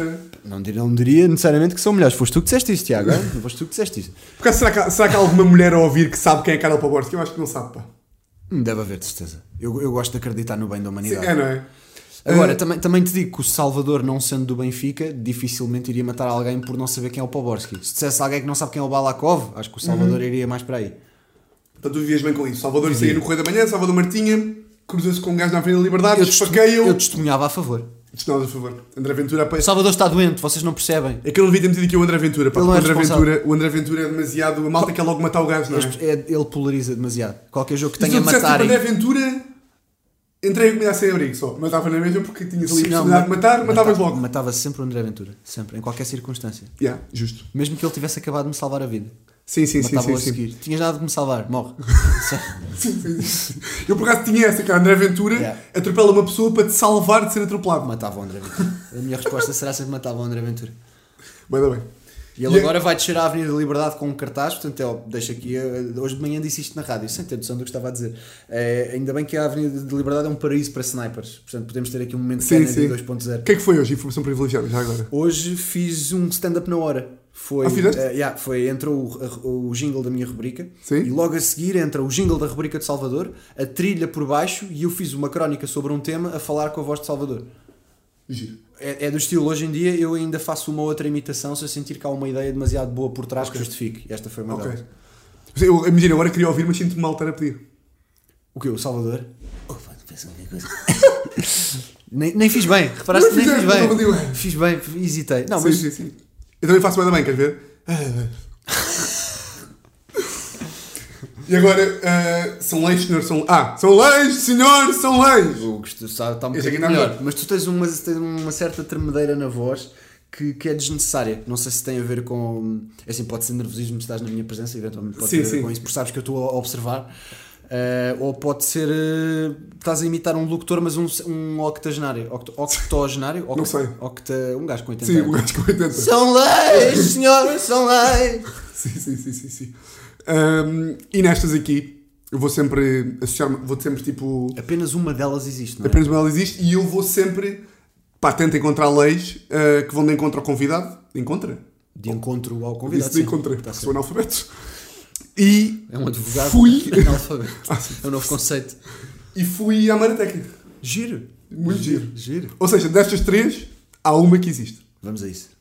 dir- não diria necessariamente que são melhores. Foste tu que disseste isto, Tiago. hein? Foste tu que disseste isto. Porque será que, há- será que há alguma mulher a ouvir que sabe quem é Carol Paborski? Eu acho que não sabe, pá. Hum, Deve haver, de certeza. Eu, eu gosto de acreditar no bem da humanidade. É, não é? Agora, Eh, também, também te digo que o Salvador, não sendo do Benfica, dificilmente iria matar alguém por não saber quem é o Poborski. Se dissesse alguém que não sabe quem é o Balakov, acho que o Salvador iria mais para aí. Portanto, tu vivias bem com isso. Salvador saía no Correio da Manhã, Salvador Martinha, cruzou-se com um gajo na Avenida Liberdade, é Eu, testu- esfaqueia-o. eu testemunhava a favor. Destinado a favor. André Ventura O apanha. Salvador está doente, vocês não percebem. É que eu não devia ter metido aqui o André Ventura, pá. Ele não é porque o, André responsável. Ventura, o André Ventura é demasiado. A malta quer logo matar o gajo, não é? Este- é- ele polariza demasiado. Qualquer jogo que é Se tenha eu a dissesse matar. tipo em- André Ventura, entrei a comida sem abrigo só. Matava na mesma porque tinhas ali a Sim, não, possibilidade de ma- matar, matavas matava- logo. Matava sempre o André Ventura, sempre, em qualquer circunstância. Yeah, justo. Mesmo que ele tivesse acabado de me salvar a vida. Sim, sim, sim, Matava-o sim, a sim. seguir. Tinhas nada de me salvar, morre. Sim, sim, sim. Eu por acaso tinha essa, cara. André Ventura Yeah. atropela uma pessoa para te salvar de ser atropelado. matava o André Ventura. A minha resposta será sempre matava o André Ventura. Bem, bem. E ele E- agora vai descer à Avenida da Liberdade com um cartaz, portanto, eu deixo aqui, eh, hoje de manhã disse isto na rádio, sem ter noção do que estava a dizer. Eh, ainda bem que a Avenida da Liberdade é um paraíso para snipers, portanto, podemos ter aqui um momento Sim, Kennedy sim. 2.0. O que é que foi hoje? Informação privilegiada, já agora. Hoje fiz um stand-up na hora. Foi, Ah, fizeste? eh, yeah, foi, entrou o, a- o jingle da minha rubrica Sim. e logo a seguir entra o jingle da rubrica de Salvador, a trilha por baixo e eu fiz uma crónica sobre um tema a falar com a voz de Salvador. Giro. É, é do estilo, hoje em dia eu ainda faço uma outra imitação se eu sentir que há uma ideia demasiado boa por trás que justifique. Esta foi uma Ok. delas. Eu, imagina, agora queria ouvir, mas sinto-me mal estar a pedir. O que? O Salvador? Opa, pensa qualquer coisa. nem, nem fiz bem, reparaste? Não Nem fiz fizeste, não valeu. bem. Fiz bem, hesitei. Não, sim, mas sim, sim. Eu também faço bem também, queres ver? e agora, ah, são leis, senhor, são... Ah, são leis, senhor, são leis! O que está, está um Esse aqui é bocadinho está melhor. melhor. Mas tu tens uma, tens uma certa tremedeira na voz que, que é desnecessária. Não sei se tem a ver com. Assim, pode ser nervosismo se estás na minha presença, eventualmente pode Sim, ter a sim. ver com isso, porque sabes que eu estou a observar. Eh, ou pode ser. eh, estás a imitar um locutor, mas um, um octogenário. Oct, octogenário? Oct- Não sei. octa- um gajo com 80 Sim, o anos. gajo com 80. São leis, senhor, são leis. Sim, sim, sim, sim, sim. Ahm, e nestas aqui, eu vou sempre associar-me, vou sempre tipo. Apenas uma delas existe, não é? Apenas uma ela existe e eu vou sempre. Pá, tento encontrar leis ah, que vão de encontro ao convidado. De encontra? De encontro ao Disse convidado. de sim. encontra, Está porque certo. sou analfabeto. E. É um advogado Fui. Ah, analfabeto. É um novo conceito. E fui à Marateca. Giro. Muito giro. Giro. Ou seja, destas três, há uma que existe. Vamos a isso.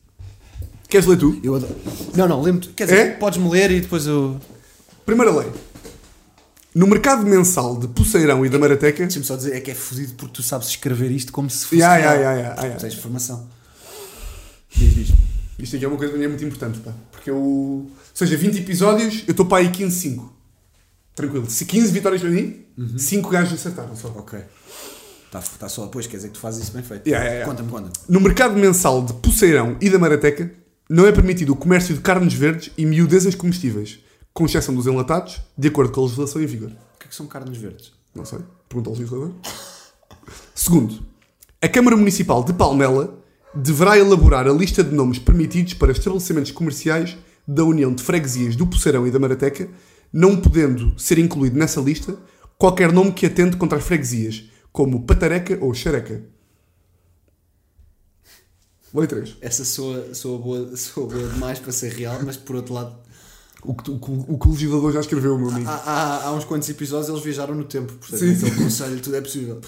Queres ler tu? Eu adoro. Não, não, lembro-te. Quer dizer, É? podes-me ler e depois eu. Primeira lei. No mercado mensal de Poceirão e da Marateca. Deixa-me só dizer, é que é fodido porque tu sabes escrever isto como se fosse. Ya, ya, real. ya, ya, ya, Tu ya. Tens formação. Diz, diz. Isto aqui é uma coisa para mim é muito importante, pá. Porque eu. Ou seja, 20 episódios, eu estou para aí 15, 5. Tranquilo. Se 15 vitórias para mim, Uhum. 5 gajos acertaram só. Ok. Está tá só depois, quer dizer que tu fazes isso bem feito. Ya, ya, ya. Conta-me, conta-me. No mercado mensal de Poceirão e da Marateca, não é permitido o comércio de carnes verdes e miudezas comestíveis, com exceção dos enlatados, de acordo com a legislação em vigor. O que é que são carnes verdes? Não sei. Pergunta ao legislador. Segundo, a Câmara Municipal de Palmela deverá elaborar a lista de nomes permitidos para estabelecimentos comerciais da União de Freguesias do Poceirão e da Marateca, não podendo ser incluído nessa lista qualquer nome que atente contra as freguesias, como Patareca ou Xareca. Lei 3. Essa soa, soa, boa, soa boa demais para ser real, mas por outro lado. O que, tu- o, que o- o que o legislador já escreveu, meu amigo. Há, há- há uns quantos episódios eles viajaram no tempo, portanto, Sim, aquele conselho tudo é possível.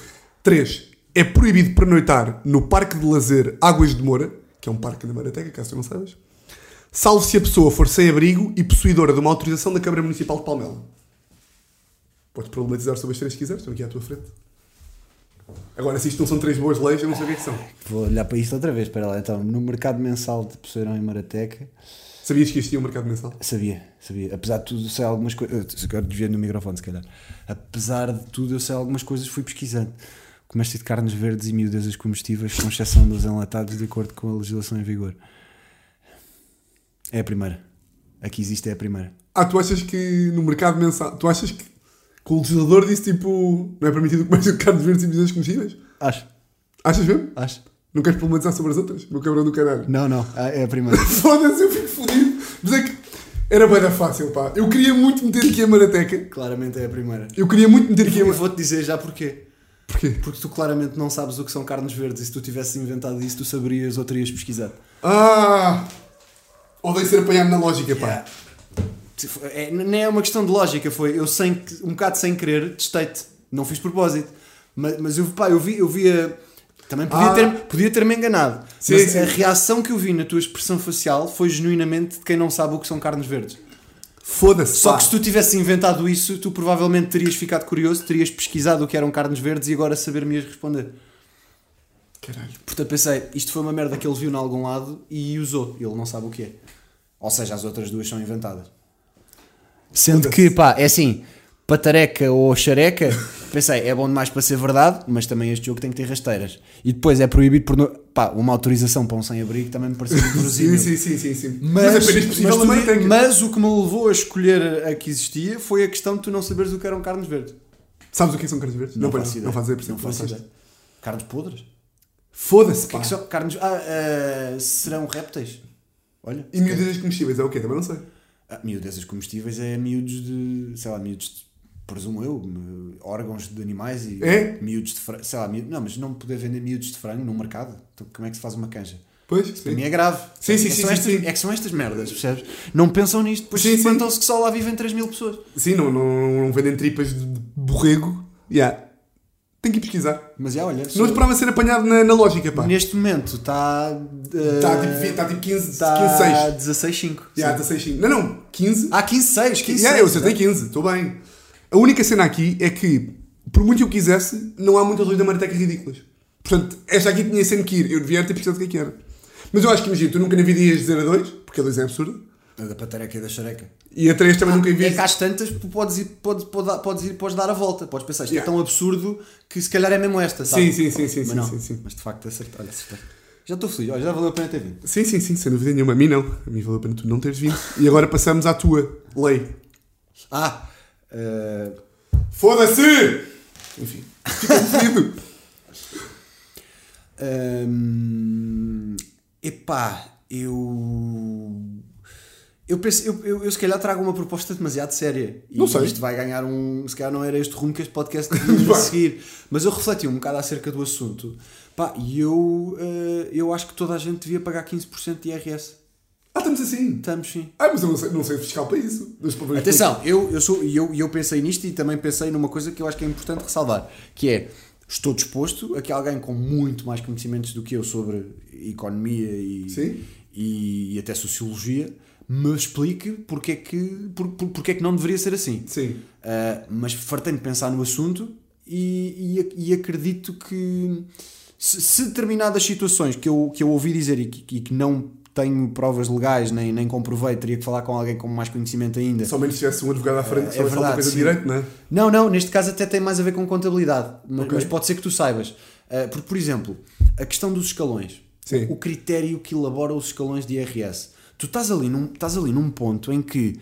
3. É proibido pernoitar no Parque de Lazer Águas de Moura, que é um parque da Marateca, caso tu não saibas, salvo se a pessoa for sem abrigo e possuidora de uma autorização da Câmara Municipal de Palmela. Podes problematizar sobre as três se quiseres, estão aqui à tua frente. Agora, se isto não são três boas leis, eu não sei o que é que são. Vou olhar para isto outra vez, para lá. Então, no mercado mensal de Poceirão e Marateca, Sabias que existia um mercado mensal? Sabia, sabia. Apesar de tudo, eu sei algumas coisas. Agora devia no microfone, se calhar. Apesar de tudo, eu sei algumas coisas, fui pesquisando. Comércio de carnes verdes e miudezas comestíveis, com exceção dos enlatados, de acordo com a legislação em vigor. É a primeira. A que existe é a primeira. Ah, tu achas que no mercado mensal. Tu achas que, que o legislador disse tipo. Não é permitido o comércio de carnes verdes e medidas conhecidas? Acho, Achas mesmo? acho. Não queres problematizar sobre as outras? Meu cabrão do caralho. Não, não, ah, é a primeira. Foda-se, eu fico fodido. Mas é que era bué da fácil, pá. Eu queria muito meter aqui a marateca. Claramente é a primeira. Eu queria muito meter aqui a Eu marateca. vou-te dizer já porquê. Porquê? Porque tu claramente não sabes o que são carnes verdes e se tu tivesse inventado isso, tu saberias ou terias pesquisado. Ah! Odeio ser apanhado na lógica, pá. É, nem é uma questão de lógica, foi eu sem, que- um bocado sem querer, testei-te, não fiz propósito. Mas, mas eu, pá, eu, vi, eu via. Também podia Ah. ter- podia ter-me enganado. Sim, mas sim. a reação que eu vi na tua expressão facial foi genuinamente de quem não sabe o que são carnes verdes. Foda-se. Só pá. que se tu tivesse inventado isso, tu provavelmente terias ficado curioso, terias pesquisado o que eram carnes verdes e agora saber-me ias responder. Caralho. Portanto, pensei, isto foi uma merda que ele viu em algum lado e usou. Ele não sabe o que é. Ou seja, as outras duas são inventadas. Sendo que, pá, é assim, patareca ou xareca, pensei, é bom demais para ser verdade, mas também este jogo tem que ter rasteiras. E depois é proibido por. no- Pá, uma autorização para um sem-abrigo também me pareceu Sim, intrusível. sim, sim, sim, sim. Mas, é apenas mas possível tu- a marateca. mas o que me levou a escolher a que existia foi a questão de tu não saberes o que eram carnes verdes. Sabes o que é que são carnes verdes? Não, pois faço é não, não fazes a ideia. percepção. Não faço sabes? ideia. Carnes podres? Foda-se, O que pá. é que são? Carnes. Ah, ah, serão répteis? Olha. E miúdas comestíveis é o quê? Também não sei. Ah, miúdezas comestíveis é miúdos de. sei lá, miúdos de. presumo eu, me- órgãos de animais e. É? miúdos de frango. sei lá, miúdos, não, mas não poder vender miúdos de frango no mercado? Então, como é que se faz uma canja? Pois? Para sim. mim é grave. Sim, sim, é, que sim, são sim, estas, sim. é que são estas merdas, percebes? Não pensam nisto, depois Sim, sim. espantam-se que só lá vivem 3 mil pessoas. Sim, não, não, não vendem tripas de borrego. Yeah. Tenho que ir pesquisar. Mas já, olha, Não esperava ser apanhado na, na lógica, pá. neste momento tá, eh, está. Está tipo, vi- tá tipo 15, 15, 6. 16,5. Yeah, 16, sim. Não, não, 15. Há 15,6, 15,6. yeah, eu acertei 15, estou bem. A única cena aqui é que, por muito que eu quisesse, não há muitas luzes da Mariteca ridículas. Portanto, esta aqui tinha sempre que ir. Eu devia ter percebido o que é que era. Mas eu acho que, imagina, tu nunca na vida ias dizer a 2, porque a 2 é absurda. A Da patareca e da xareca. E a 3 também nunca É vi. que às tantas tu podes ir, podes, podes, podes ir, podes dar a volta. Podes pensar, isto Yeah. é tão absurdo que se calhar é mesmo esta, Sim, sabe? sim, sim, sim, mas sim, não. sim, sim. Mas de facto acertei. Olha, acertei. Já estou feliz, olha, já valeu a pena ter vindo. Sim, sim, sim, sem dúvida nenhuma. A mim não. A mim valeu a pena tu não teres vindo. E agora passamos à tua lei. Ah! eh, Foda-se! Enfim, fica fodido. Hum, epá, eu. Eu, penso, eu, eu, eu se calhar trago uma proposta demasiado séria. E Não sei. Isto vai ganhar um. Se calhar não era este rumo que este podcast devia Vai. seguir. Mas eu refleti um bocado acerca do assunto. Pá, e eu, eh, eu acho que toda a gente devia pagar 15% de IRS. Ah, estamos assim. Estamos sim. Ah, mas eu não sei, não sei fiscal para isso. Mas para ver- Atenção, eu, eu, sou, e eu, e eu pensei nisto e também pensei numa coisa que eu acho que é importante ressalvar, que é, estou disposto a que alguém com muito mais conhecimentos do que eu sobre economia Sim. e, e, e até sociologia me explique porque é, que, por, por- porque é que não deveria ser assim. Sim. Ah, mas fartei de pensar no assunto e, e ac- e acredito que se, se determinadas situações que eu, que eu ouvi dizer e que, e que não tenho provas legais nem, nem comprovei, teria que falar com alguém com mais conhecimento ainda. Somente se tivesse um advogado à frente, É só é falta verdade, coisa de sim. direito, não é? Não, não, neste caso até tem mais a ver com contabilidade, mas, Ok. mas pode ser que tu saibas. Ah, porque, por exemplo, a questão dos escalões, Sim. o critério que elabora os escalões de IRS. Tu estás ali num, estás ali num ponto em que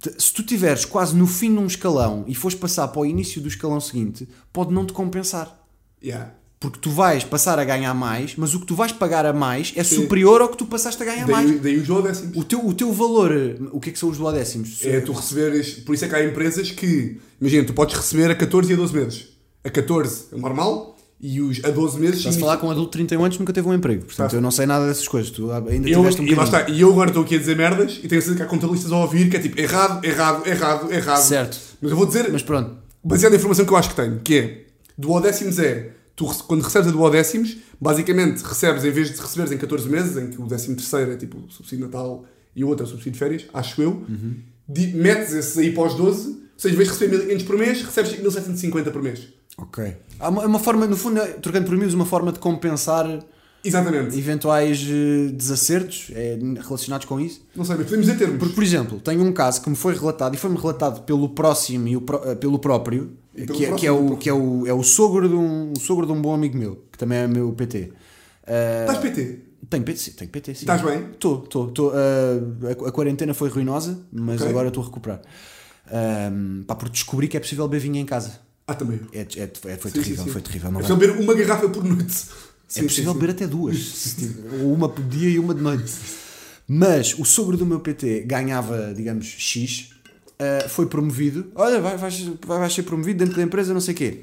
te- se tu estiveres quase no fim de um escalão e fores passar para o início do escalão seguinte, pode não te compensar. Yeah. Porque tu vais passar a ganhar mais, mas o que tu vais pagar a mais é Sim. superior ao que tu passaste a ganhar É mais. Daí, daí os duodécimos. O teu, o teu valor, o que é que são os duodécimos? assim. É tu receberes. Por isso é que há empresas que. Imagina, tu podes receber a 14 e a 12 meses. A 14 é o normal e os a 12 meses. Estás a falar com um adulto de 31 anos que nunca teve um emprego. Portanto, Tá. eu não sei nada dessas coisas. Tu ainda Eu, tiveste um e lá bocadinho. está, e eu agora estou aqui a dizer merdas e tenho certeza que há contabilistas a ouvir que é tipo errado, errado, errado, errado. Certo. Mas eu vou dizer, Mas pronto. baseado na informação que eu acho que tenho, que é duodécimos é, tu rece- quando recebes a duodécimos, basicamente recebes, em vez de receberes em 14 meses, em que o décimo terceiro é tipo o subsídio de natal e o outro é o subsídio de férias, acho eu, di- metes esses aí para os 12, ou seja, em vez de receber 1.500 por mês, recebes 5.750 por mês. Ok. Há uma, é uma forma, no fundo, é, trocando por mim, uma forma de compensar Exatamente. eventuais eh, desacertos eh, relacionados com isso? Não sei, mas podemos dizer termos. Porque, por exemplo, tenho um caso que me foi relatado e foi-me relatado pelo próximo e o pró- eh, pelo próprio, E pelo que, é- que é, próximo. o, que é, o, é o sogro de um, o sogro de um bom amigo meu, que também é meu PT. Ah, Estás PT? tenho PT, sim, tenho PT, sim. Estás bem? Estou, estou, estou. ah, a, a quarentena foi ruinosa, mas Ok. agora estou a recuperar. Ah, Ahm, pá, porque descobri que é possível beber vinho em casa. Ah, também. É, é- é- foi Sim, terrível, sim, sim. foi terrível. Não É dá. possível beber uma garrafa por noite. Sim, é possível sim, sim. beber até duas, se tiver- ou uma por dia e uma de noite. Mas o sogro do meu PT ganhava, digamos, X, ah, foi promovido. Olha, vai, vais, vai- vais ser promovido dentro da empresa, não sei o quê.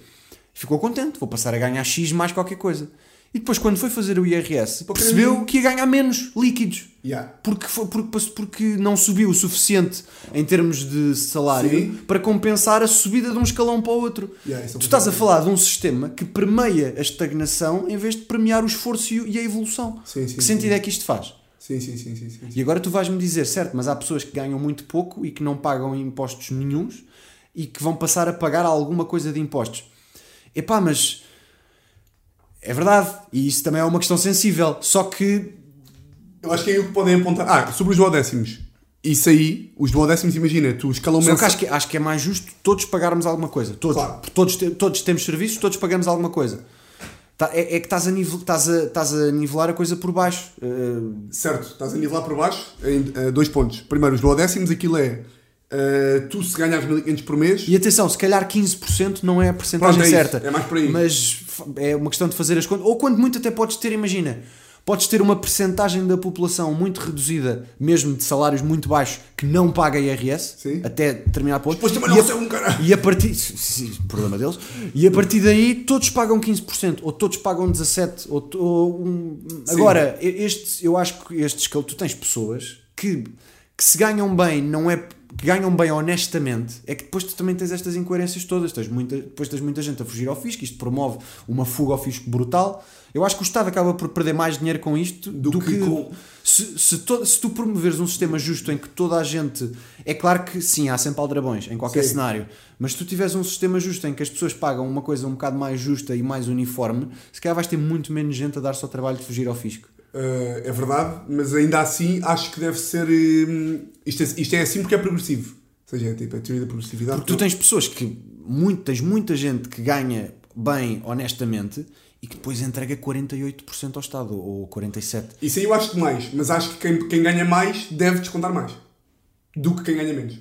Ficou contente, vou passar a ganhar X mais qualquer coisa. E depois, quando foi fazer o IRS, percebeu que ia ganhar menos líquidos. Yeah. Porque, foi- porque, passou- porque não subiu o suficiente em termos de salário Sim. para compensar a subida de um escalão para o outro. Yeah, isso é tu estás a verdade. falar de um sistema que premia a estagnação em vez de premiar o esforço e o- e a evolução. Sim, sim, que sentido sim. é que isto faz? Sim, sim, sim, sim, sim. E agora tu vais-me dizer, certo, mas há pessoas que ganham muito pouco e que não pagam impostos nenhuns e que vão passar a pagar alguma coisa de impostos. Epá, mas é verdade, e isso também é uma questão sensível. Só que Eu acho que é aí o que podem apontar. Ah, sobre os duodécimos. Isso aí, os duodécimos, imagina, tu escalão Só que mensal. acho que, acho que é mais justo todos pagarmos alguma coisa. Todos, Claro. Porque todos, te- todos temos serviços, todos pagamos alguma coisa. Tá- é, é que estás a, nivel, estás, a, estás a nivelar a coisa por baixo. Eh, Certo, estás a nivelar por baixo em eh, dois pontos. Primeiro, os duodécimos, aquilo é. eh, tu se ganhas 1500 por mês. e atenção, se calhar 15% não é a porcentagem Pronto, é isso. certa. É mais por aí. Mas fa- é uma questão de fazer as contas. Ou quando muito até podes ter, imagina, podes ter uma porcentagem da população muito reduzida, mesmo de salários muito baixos, que não paga IRS, Sim. até determinado ponto. Depois também E não a- sei um caralho. E a partir. sim, sim, problema deles. E a partir daí todos pagam 15%, ou todos pagam 17%, ou. to- ou um- agora, e- este, eu acho que estes que tu tens pessoas que, que se ganham bem, não é. Que ganham bem honestamente, é que depois tu também tens estas incoerências todas. Tens muita, depois tens muita gente a fugir ao fisco, isto promove uma fuga ao fisco brutal. Eu acho que o Estado acaba por perder mais dinheiro com isto do, que que. com- Se, se, to- se tu promoveres um sistema justo em que toda a gente. É claro que sim, há sempre aldrabões em qualquer Sim. cenário, mas se tu tiveres um sistema justo em que as pessoas pagam uma coisa um bocado mais justa e mais uniforme, se calhar vais ter muito menos gente a dar-se ao trabalho de fugir ao fisco. Eh, é verdade, mas ainda assim acho que deve ser. eh, isto, é, isto é assim porque é progressivo. Ou seja, é tipo a teoria da progressividade. Porque tu tens pessoas que. Muito, tens muita gente que ganha bem, honestamente, e que depois entrega 48% ao Estado, ou 47%. Isso aí eu acho demais, mas acho que quem, quem ganha mais deve descontar mais do que quem ganha menos.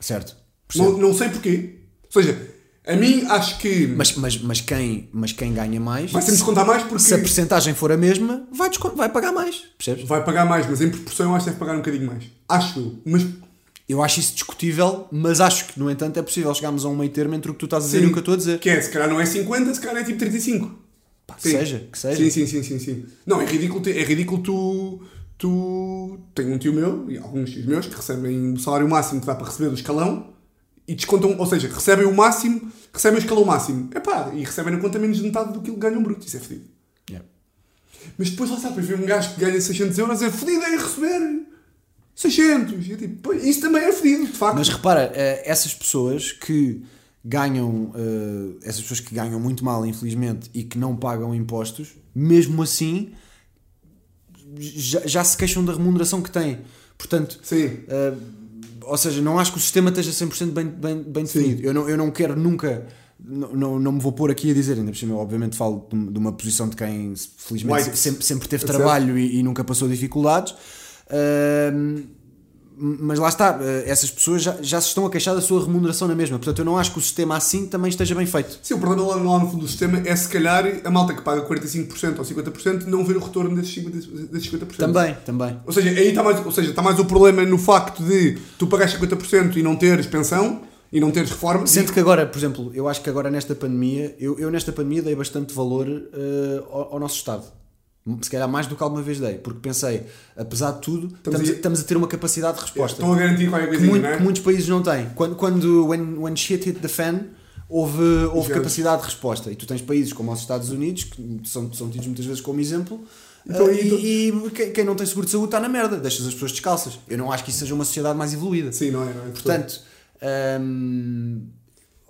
Certo? Não, não sei porquê. Ou seja, a mim acho que Mas, mas, mas, quem, mas quem ganha mais. vai sempre descontar mais porque se a percentagem for a mesma, vai, descont- vai pagar mais, percebes? vai pagar mais, mas em proporção eu acho que deve pagar um bocadinho mais. Acho eu. Mas Eu acho isso discutível, mas acho que, no entanto, é possível chegarmos a um meio termo entre o que tu estás a dizer Sim. e o que eu estou a dizer. que é, se calhar não é 50, se calhar é tipo 35. Pá, que Sim. seja, que seja. Sim, sim, sim, sim, sim. Não, é ridículo, te- é ridículo tu. Tu tem um tio meu e alguns tios meus que recebem o salário máximo que dá para receber do escalão e descontam, ou seja, recebem o máximo, recebem o escalão máximo. Epá, e recebem na conta menos de metade do que ganham bruto. Isso é fedido. Yeah. Mas depois lá está, depois vem um gajo que ganha 600 euros é fedido em receber 600. E eu tipo, "Pois, isso também é fedido, de facto. Mas repara, eh, essas pessoas que ganham, eh, essas pessoas que ganham muito mal, infelizmente, e que não pagam impostos, mesmo assim, já, já se queixam da remuneração que têm. Portanto, Sim, Uh, ou seja, não acho que o sistema esteja 100% bem, bem, bem Sim. definido. Eu não, eu não quero nunca. Não, não, não me vou pôr aqui a dizer, ainda por cima, eu obviamente falo de, um- de uma posição de quem se- felizmente White. se- sempre, sempre teve É trabalho e, e nunca passou dificuldades. Uh, mas lá está, uh, essas pessoas já, já se estão a queixar da sua remuneração na mesma. Portanto, eu não acho que o sistema assim também esteja bem feito. sim, o problema lá, lá no fundo do sistema é se calhar a malta que paga 45% ou 50% não ver o retorno desses 50%. Desses 50%. Também, também. Ou seja, aí está mais, ou seja, está mais o problema no facto de tu pagares 50% e não teres pensão e não teres reforma. Sendo que agora, por exemplo, eu acho que agora nesta pandemia, eu, eu nesta pandemia dei bastante valor eh, ao, ao nosso Estado. Se calhar mais do que alguma vez dei, porque pensei, apesar de tudo, estamos, a- a, estamos a ter uma capacidade de resposta Estão a garantir qualquer que, coisinha, muito- É, não é? que muitos países não têm. Quando, quando when, when shit hit the fan, houve, houve Exato. capacidade de resposta. E tu tens países como os Estados Unidos, que são, são tidos muitas vezes como exemplo, Então, eh, e tu- e, e quem, quem não tem seguro de saúde está na merda, deixas as pessoas descalças. é, Eu não acho que isso seja uma sociedade mais evoluída. Sim, não é? Não é? Portanto, hum,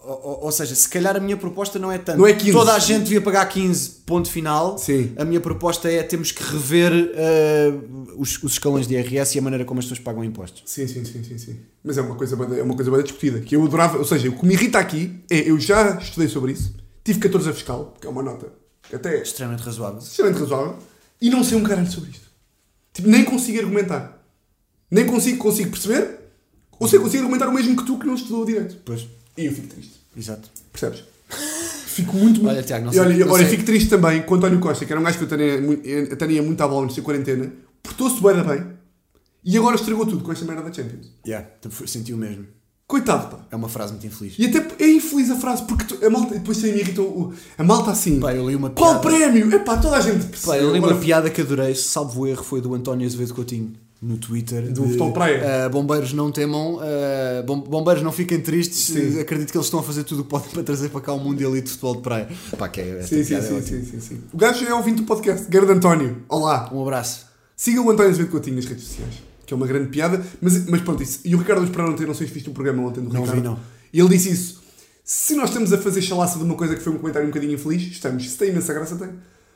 Ou, ou seja, se calhar a minha proposta não é tanto. Não é 15. Toda a gente devia pagar 15, ponto final. Sim. A minha proposta é temos que rever eh, os, os escalões de IRS e a maneira como as pessoas pagam impostos. Sim, sim, sim, sim, sim. Mas é uma coisa bem, é uma coisa bem discutida. Que eu adorava, ou seja, o que me irrita aqui é eu já estudei sobre isso, tive 14 a fiscal, que é uma nota que até é Extremamente razoável. extremamente razoável, e não sei um caralho sobre isto. Tipo, nem consigo argumentar. Nem consigo, consigo perceber, ou sei consigo argumentar o mesmo que tu que não estudou direito. Pois, E eu fico triste. exato. Percebes? Fico muito, muito. Olha, Tiago, não e sei- olha, não olha, sei. fico triste também com o António Costa, que era um gajo que eu tania, mu- eu tania muito à bola antes da quarentena, portou-se bem, bem e agora estragou tudo com esta merda da Champions. Yeah, foi- senti o mesmo. Coitado, pá. É uma frase muito infeliz. E até é infeliz a frase, porque tu- a malta, depois também me irritou o- a malta assim. Pá, eu li uma Qual piada. prémio? É pá, toda a gente Pá, eu li uma Olha, piada que adorei, salvo erro, foi do António Azevedo Coutinho no Twitter. Do de, Tom Praia. ah, bombeiros não temam, ah, bom- bombeiros não fiquem tristes, acredito que eles estão a fazer tudo o que podem para trazer para cá o Mundialito de Futebol de Praia. Pá, que é, esta Sim, sim, piada é sim, ótima. sim, sim, sim. O gajo é ouvinte do podcast, Garde António. Olá. Um abraço. Siga o António Azevedo Coutinho nas redes sociais, que é uma grande piada, mas, mas pronto, isso. E o Ricardo Esperar ontem, não sei se viste o programa ontem do Não vi, Ricardo. não. E ele disse isso. Se nós estamos a fazer chalaça de uma coisa que foi um comentário um bocadinho infeliz, estamos. Se tem imensa graça, tem.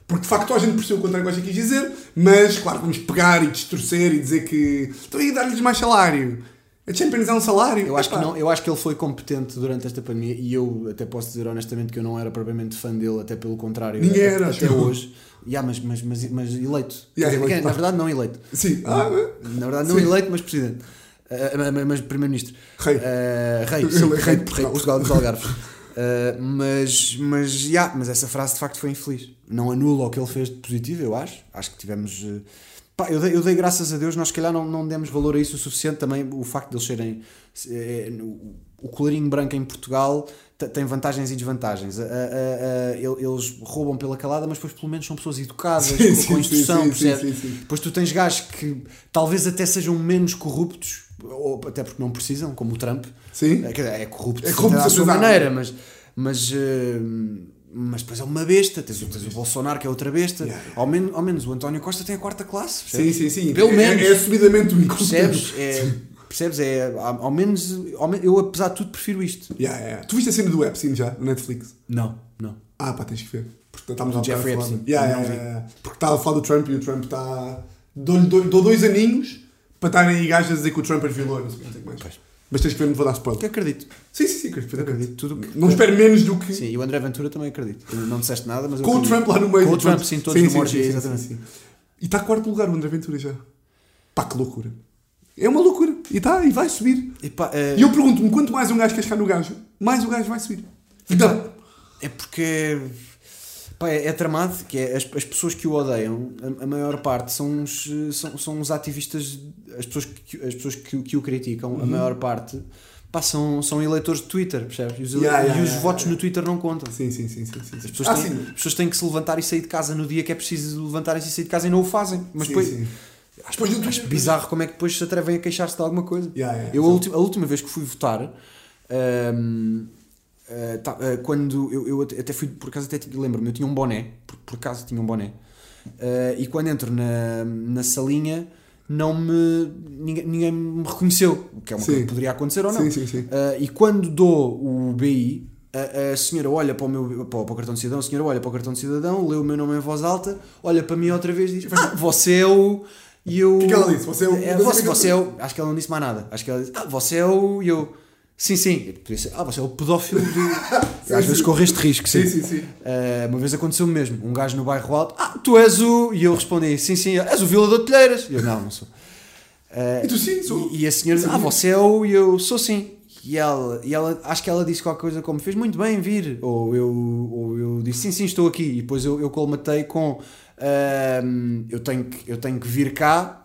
Porque de facto a gente percebeu o que o António Costa quis dizer, mas claro, vamos pegar e distorcer e dizer que estão aí a dar-lhes mais salário. A Champions é um salário. Eu acho, que Epá. não, eu acho que ele foi competente durante esta pandemia e eu até posso dizer honestamente que eu não era propriamente fã dele, até pelo contrário, Ninguém até, era, até acho eu. hoje. Yeah, mas, mas, mas, mas eleito. Yeah, Quer dizer, é, eleito, na pá. verdade, não eleito. Sim. Ah, é. Na verdade, não eleito, mas presidente. Ah, ah, mas- mas primeiro-ministro. Rei. Ah, rei, Ele sim, é rei, rei de de Portugal, Portugal. dos Algarves. Ah, mas, mas, já, mas essa frase de facto foi infeliz. Não anula o que ele fez de positivo, eu acho. Acho que tivemos. eh, pá, eu, dei, eu dei graças a Deus, nós se calhar não, não demos valor a isso o suficiente. Também o facto de eles serem. eh, o- o colarinho branco em Portugal te- tem vantagens e desvantagens. A- a- a- ele- eles roubam pela calada, mas depois pelo menos são pessoas educadas, Sim, com, com sim, instrução, sim, sim, percebe? sim, sim. Depois tu tens gajos que talvez até sejam menos corruptos, ou até porque não precisam, como o Trump. Sim. É, quer dizer, é corrupto, É corrupto, à sua exato. maneira, mas, mas, eh, mas depois é uma besta. Tens, o- tens o Bolsonaro que é outra besta. Yeah, Ao, menos, ao menos o António Costa tem a quarta classe. Sim, percebes? sim, sim. Pelo É- menos. É, é assumidamente um incompetente. Percebes? É, percebes? É, ao ao menos, ao men- eu apesar de tudo prefiro isto. Yeah, yeah. Tu viste a cena do Epstein já, na Netflix? Não, não. Ah, pá, tens que ver. Porque estávamos há Do Jeffrey bocado a falar. Epstein. Yeah, Não yeah, yeah, yeah. Porque estava a falar do Trump e o Trump está. Dou-lhe dou, dou dois aninhos para estarem aí gajos a dizer que o Trump é vilão. Não sei o que mais. Mas tens que ver, não vou dar spoiler. Que acredito. Sim, sim, sim, acredito. Acredito tudo que- Não espero menos do que. Sim, e o André Ventura também acredito. Tu Não disseste nada, mas eu Com o acredito. Trump lá no meio. Com o de Trump, todos. sim, todos no Morte, exatamente. sim, sim. E está quarto lugar o André Ventura já. Pá, que loucura. É uma loucura. E está, e vai subir. E pá, eh, E eu pergunto-me, quanto mais um gajo cascar no gajo, mais o gajo vai subir. Então, É porque pá, é, é tramado que é, as, as pessoas que o odeiam, a, a maior parte são uns, eh, são, são uns ativistas, as pessoas que, as pessoas que, o- que o criticam, Uhum. a maior parte pá, são, são eleitores de Twitter, percebes? E os, ele- Yeah, yeah, e os yeah, votos yeah. no Twitter não contam. sim, sim, sim, sim, sim. sim. As pessoas, ah, têm, sim. as pessoas têm que se levantar e sair de casa no dia que é preciso levantar e sair de casa e não o fazem. Mas Sim, depois, sim. Depois do Acho Twitter. bizarro como é que depois se atrevem a queixar-se de alguma coisa. Yeah, yeah, eu, a, sim. ulti- a última vez que fui votar, ahm, ah, tá, ah, quando eu, eu até até fui, por acaso até ti- lembro-me, eu tinha um boné, por, por acaso tinha um boné, Ah, e quando entro na, na salinha, não me. Ninguém, ninguém me reconheceu, o que é uma Sim. coisa que poderia acontecer ou não. Sim, sim, sim. Ah, e quando dou o BI, a, a senhora olha para o, meu, para, o, para o cartão de cidadão, a senhora olha para o cartão de cidadão, lê o meu nome em voz alta, olha para mim outra vez e diz: ah, Você é o. E eu. O que ela disse? Você é o- você, você é o. Acho que ela não disse mais nada. Acho que ela disse: Ah, você é o. E eu. Sim, sim. Eu podia ser, ah, você é o pedófilo do. Às sim. vezes corre este risco, sim. Sim, sim, sim. Ah, uma vez aconteceu o mesmo. Um gajo no bairro alto: Ah, tu és o. E eu respondi: Sim, sim. Ele, És o Vila de Telheiras. E eu: Não, não sou. Ah, É. E tu sim, sou. e, e a senhora diz, ah, você é o e eu sou sim. E ela, e ela, acho que ela disse qualquer coisa como fez muito bem vir. Ou eu, ou eu disse sim, sim, estou aqui. E depois eu, eu colmatei com "Ahm, eu, tenho que, eu tenho que vir cá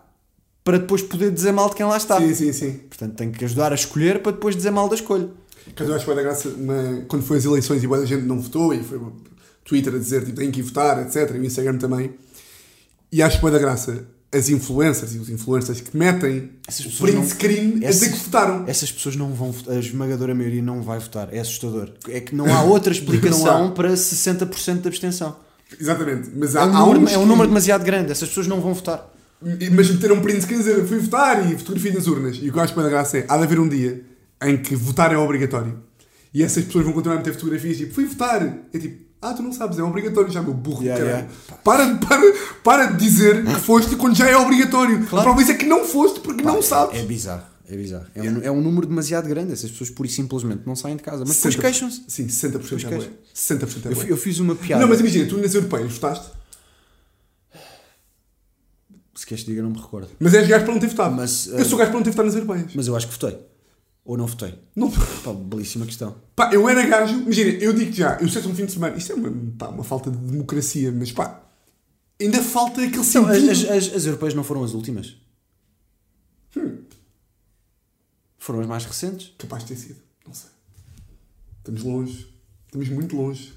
para depois poder dizer mal de quem lá está. Sim, sim, sim. Portanto, tenho que ajudar a escolher para depois dizer mal da escolha. Caso eu acho que vai dar graça uma- quando foi as eleições e a gente não votou e foi o Twitter a dizer tipo, tem que ir votar, etc. E o Instagram também. E acho que vai dar graça as influencers e os influencers que metem Essas o pessoas print não- screen a dizer Essas- é- que votaram. Essas pessoas não vão votar, a esmagadora maioria não vai votar. É assustador. É que não há outra explicação para 60% de abstenção. Exatamente. Mas há, É um, há número, uns é um que- número demasiado grande. Essas pessoas não vão votar. Mas meteram um print screen a dizer fui votar e fotografia nas urnas. E o que eu acho que vai dar graça é há de haver um dia em que votar é obrigatório. E essas pessoas vão continuar a meter fotografias tipo, fui votar. É tipo, ah, tu não sabes, é obrigatório já, meu burro, Yeah, Hum. caralho. Para, de- para, para de dizer que foste quando já é obrigatório. A prova disso é que não foste porque não sabes. É bizarro, é bizarro. É, um, é um número demasiado grande. Essas pessoas pura e simplesmente não saem de casa. Mas depois 60%. queixam-se. Sim, 60% é bué. 60% é Eu, bué. fi- eu fiz uma piada. Não, mas imagina, tu nas europeias votaste, Se queres que diga, não me recordo. mas és gajo para não ter votado. Mas, eh, eu sou gajo para não ter votado nas europeias. Mas eh, eu acho que votei. Ou não votei. Não- Pá, belíssima questão. Pá, eu era gajo, imagina, eu digo já, eu sei que um fim de semana, isto é uma, pá, uma falta de democracia, mas pá, ainda falta aquele Então, as, sentido. as, as- as europeias não foram as últimas? Hum. Foram as mais recentes? Capaz de ter sido, não sei. Estamos longe, estamos muito longe.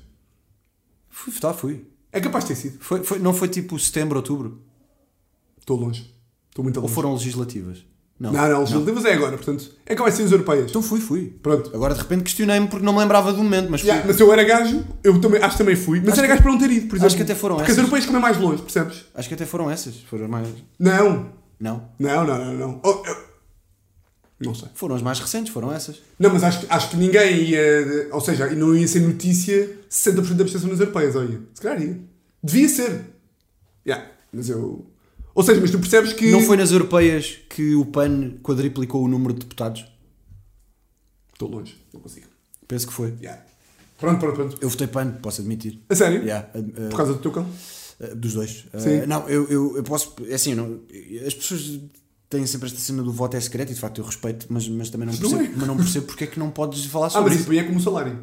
Fui votar, fui. É capaz de ter sido, Foi, foi- não foi tipo setembro, outubro? estou longe, estou muito Ou longe. foram legislativas? Não. Não, não, os legislativas é agora, portanto, é que vai ser as europeias. Então fui, fui. Pronto. Agora de repente questionei-me porque não me lembrava do momento, mas fui. Yeah, mas eu era gajo, eu também, acho que também fui, mas Acho era que- gajo para não ter ido, por acho exemplo. que até foram Porque essas. as europeias também é mais longe, percebes? Acho que até foram essas. Foram as mais. Não, Não. não, não, não, não. Oh, eu- Não sei. Foram as mais recentes, foram essas. Não, mas acho, que- acho que ninguém ia. Ou seja, não ia ser notícia 60% da abstenção nas europeias, olha. Se calhar ia. Devia ser. Yeah, mas eu. Ou seja, mas tu percebes que. Não foi nas europeias que o PAN quadriplicou o número de deputados? Estou longe, não consigo. Penso que foi. Yeah. Pronto, pronto, pronto. Eu votei PAN, posso admitir. A sério? Yeah, uh, uh, Por causa do teu cão? Uh, Dos dois. Uh, Sim. não, eu, eu, eu posso. É assim, eu não- as pessoas têm sempre esta cena do voto é secreto e de facto eu respeito, mas, mas também não Mas não percebo, é. mas não percebo porque é que não podes falar Ah, sobre mas isso. isso aí é como o salário.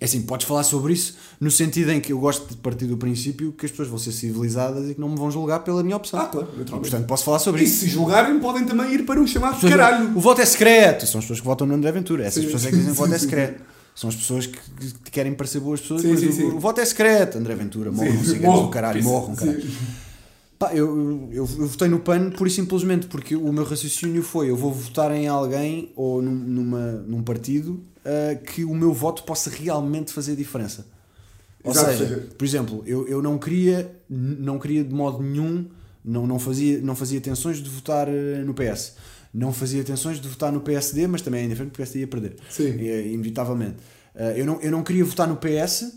É assim, podes falar sobre isso no sentido em que eu gosto de partir do princípio que as pessoas vão ser civilizadas e que não me vão julgar pela minha opção. Ah, claro, E, naturalmente. portanto, posso falar sobre E isso. se julgarem, podem também ir para o chamado As pessoas- caralho. O voto é secreto. São as pessoas que votam no André Ventura. Essas Sim. pessoas é que dizem o voto Sim, é sim, secreto. São as pessoas que, que- que querem parecer boas pessoas. Sim, mas sim, o, sim. o voto é secreto. André Ventura, morram, Sim, ciganos do morram. caralho, morram, caralho. Sim. Pá, eu, eu, eu votei no PAN pura e simplesmente porque o meu raciocínio foi: eu vou votar em alguém ou num, numa, num partido ah, que o meu voto possa realmente fazer diferença. Ou Exato, seja, seja- por exemplo, eu, eu não queria, n- não queria de modo nenhum, não, não, fazia, não fazia tensões de votar eh, no PS. Não fazia tensões de votar no PSD, mas também é indiferente porque o PSD ia perder. Sim. Eh, inevitavelmente. Eh, eu, não, eu não queria votar no PS,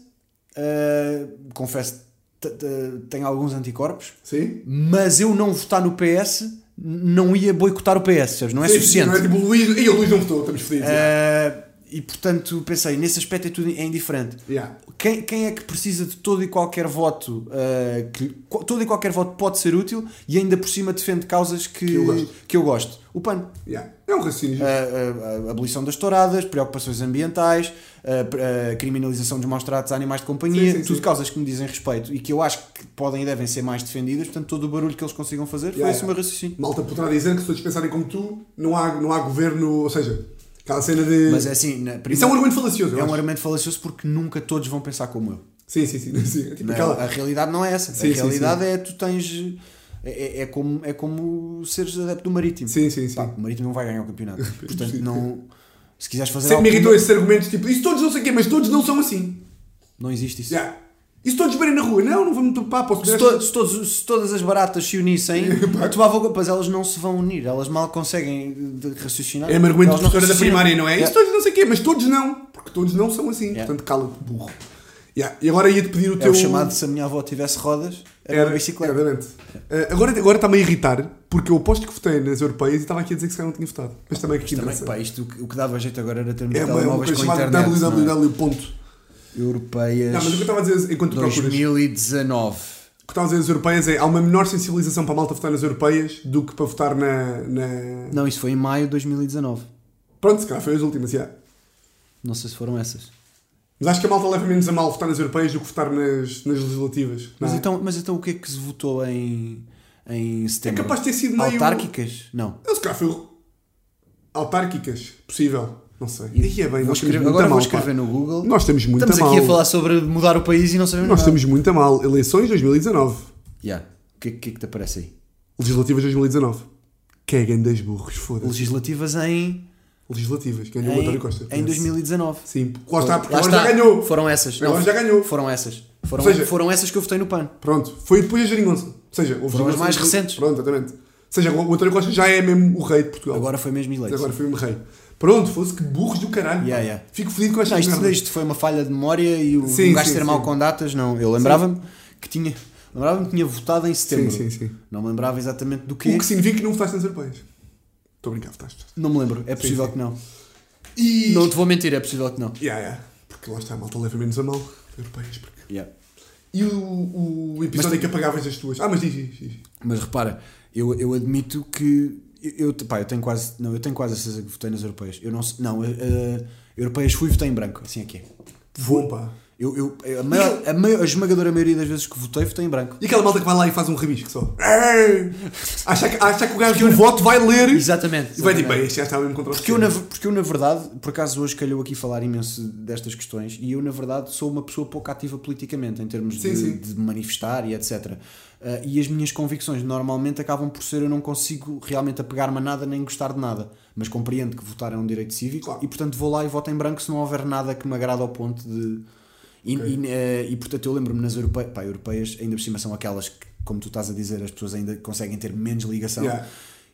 eh, confesso, t- t- tenho alguns anticorpos, Sim? mas eu não votar no PS n- não ia boicotar o PS, percebes? não é Sim, suficiente. Não é tipo o Luís. E o Luís não votou, estamos fodidos. Yeah. Ah, e portanto pensei, nesse aspecto é tudo é indiferente. Yeah. Quem, quem é que precisa de todo e qualquer voto? ah, que, co- todo e qualquer voto pode ser útil e ainda por cima defende causas que, que, eu gosto. eu, gosto. O PAN. Yeah. É um raciocínio. A, a- a abolição das touradas, preocupações ambientais, a, a criminalização dos maus tratos a animais de companhia, Sim, sim, tudo sim. causas que me dizem respeito e que eu acho que podem e devem ser mais defendidas. Portanto, todo o barulho que eles consigam fazer foi Yeah, esse o yeah. meu raciocínio. Malta poderá dizer que se todos pensarem como tu, não há, não há governo, ou seja, aquela cena de. Mas é assim, Isso na é um primeira, argumento falacioso, eu é um acho. argumento falacioso porque nunca todos vão pensar como eu. Sim, sim, sim. sim. É tipo Não, aquela- A realidade não é essa. Sim, a sim, realidade é tu tens. É, é- é como, é como seres adepto do marítimo. Sim, sim, sim. Pá, o marítimo não vai ganhar o campeonato. Portanto, não. Se quiseres fazer Sempre me algo- irritou esses argumentos, tipo, isso todos não sei o quê, mas todos não são assim. Não existe isso. Já. E se todos verem na rua? Não, não vamos topar, posso Se, ver. to- se todos- se todas as baratas se unissem, a tua avó, pois elas não se vão unir, elas mal conseguem eh, de- de raciocinar. É um argumento de Elas não professora da raciocinam. primária, não é? Yeah. Isso todos não sei o quê, mas todos não. Porque todos não são assim. Yeah. Portanto, cala-te, burro. Já. E agora ia-te pedir o É teu. É, o chamado se a minha avó tivesse rodas, era, uma bicicleta. Exatamente. Ah, agora agora está-me a irritar, porque eu aposto que votei nas europeias e estava aqui a dizer que se calhar não tinha votado. Mas também que Também, interessa. pá, isto, o que- o que dava jeito agora era termos É uma, é uma telemóveis coisa Então, com chamada internet. não é? www. ponto. Europeias. Não, mas o que eu estava a dizer é, enquanto tu procuras. 2019. O que estava a dizer nas europeias é há uma menor sensibilização para a malta votar nas europeias do que para votar na. na... Não, isso foi em maio de 2019. Pronto, se calhar foi as últimas, já. Não sei se foram essas. Mas acho que a malta leva menos a mal votar nas europeias do que votar nas, nas legislativas. Mas, não é? então, mas então o que é que se votou em, em setembro? É capaz de ter sido meio- Autárquicas? Não. Eu, se calhar foi. Autárquicas, possível. Não sei. Aí é bem, Vou nós temos escrever- muito agora a mal. vou escrever pá. no Google. Nós estamos muito Estamos a mal. aqui a falar sobre mudar o país e não sabemos Nós nada. estamos muito a mal. Eleições 2019. Yeah. O que, é- o que é que te aparece aí? Legislativas 2019. Caguem das burros, é foda-se. Legislativas em, Legislativas, ganhou o António em, Costa. em 2019. Sim, lá está, porque Lá agora está. já ganhou. Foram essas. Agora já ganhou. Foram essas. Foram, Ou seja- foram essas que eu votei no PAN. Pronto, foi depois a geringonça. Ou seja, houve Foram as geringonça- mais recentes. Pronto, exatamente. seja, o António Costa já é mesmo o rei de Portugal. Agora foi mesmo eleito. Mas agora foi mesmo rei. Pronto, fosse que burros do caralho. Yeah, pá. yeah. Fico feliz com Não, esta isto, merda. isto foi uma falha de memória e o Sim, um gajo sim, ter mal sim. com datas, não. Eu lembrava-me que tinha. Lembrava-me que tinha votado em setembro. é Sim, sim, sim. Não me lembrava exatamente do quê. O que significa que não votaste nas europeias. Estou a brincar, votaste. Não me lembro. É possível sim. que não. E... Não te vou mentir, é possível que não. Yeah, yeah. Porque lá está, a malta leva menos a mal. Europeias, porque... Yeah. E o, o episódio em que apagavas as tuas? Ah, mas diz, diz, diz. Mas repara, eu, eu admito que eu, eu- pá, eu tenho quase, não, eu tenho quase a certeza que votei nas europeias. Eu não, sei- não, eh, eh, europeias fui e votei em branco, assim é que é. Vou, pá. Eu, eu- eu- a, maior, a, maior- a esmagadora maioria das vezes que votei, votei em branco. E aquela malta que vai lá e faz um rabisco só. Acha que, acha que o gajo do voto vai ler Exatamente. e vai tipo, exatamente. bem, este já está mesmo contra o Porque eu, na, porque eu, na verdade, por acaso hoje calhou aqui falar imenso destas questões, e eu, na verdade, sou uma pessoa pouco ativa politicamente, em termos Sim, de, sim. de manifestar e etc. Ah, e as minhas convicções normalmente acabam por ser eu não consigo realmente apegar-me a nada nem gostar de nada. Mas compreendo que votar é um direito cívico Claro. e, portanto, vou lá e voto em branco se não houver nada que me agrada ao ponto de. E, e, eh, e, portanto, eu lembro-me nas europeias, pá, europeias, ainda por cima são aquelas que, como tu estás a dizer, as pessoas ainda conseguem ter menos ligação. Yeah.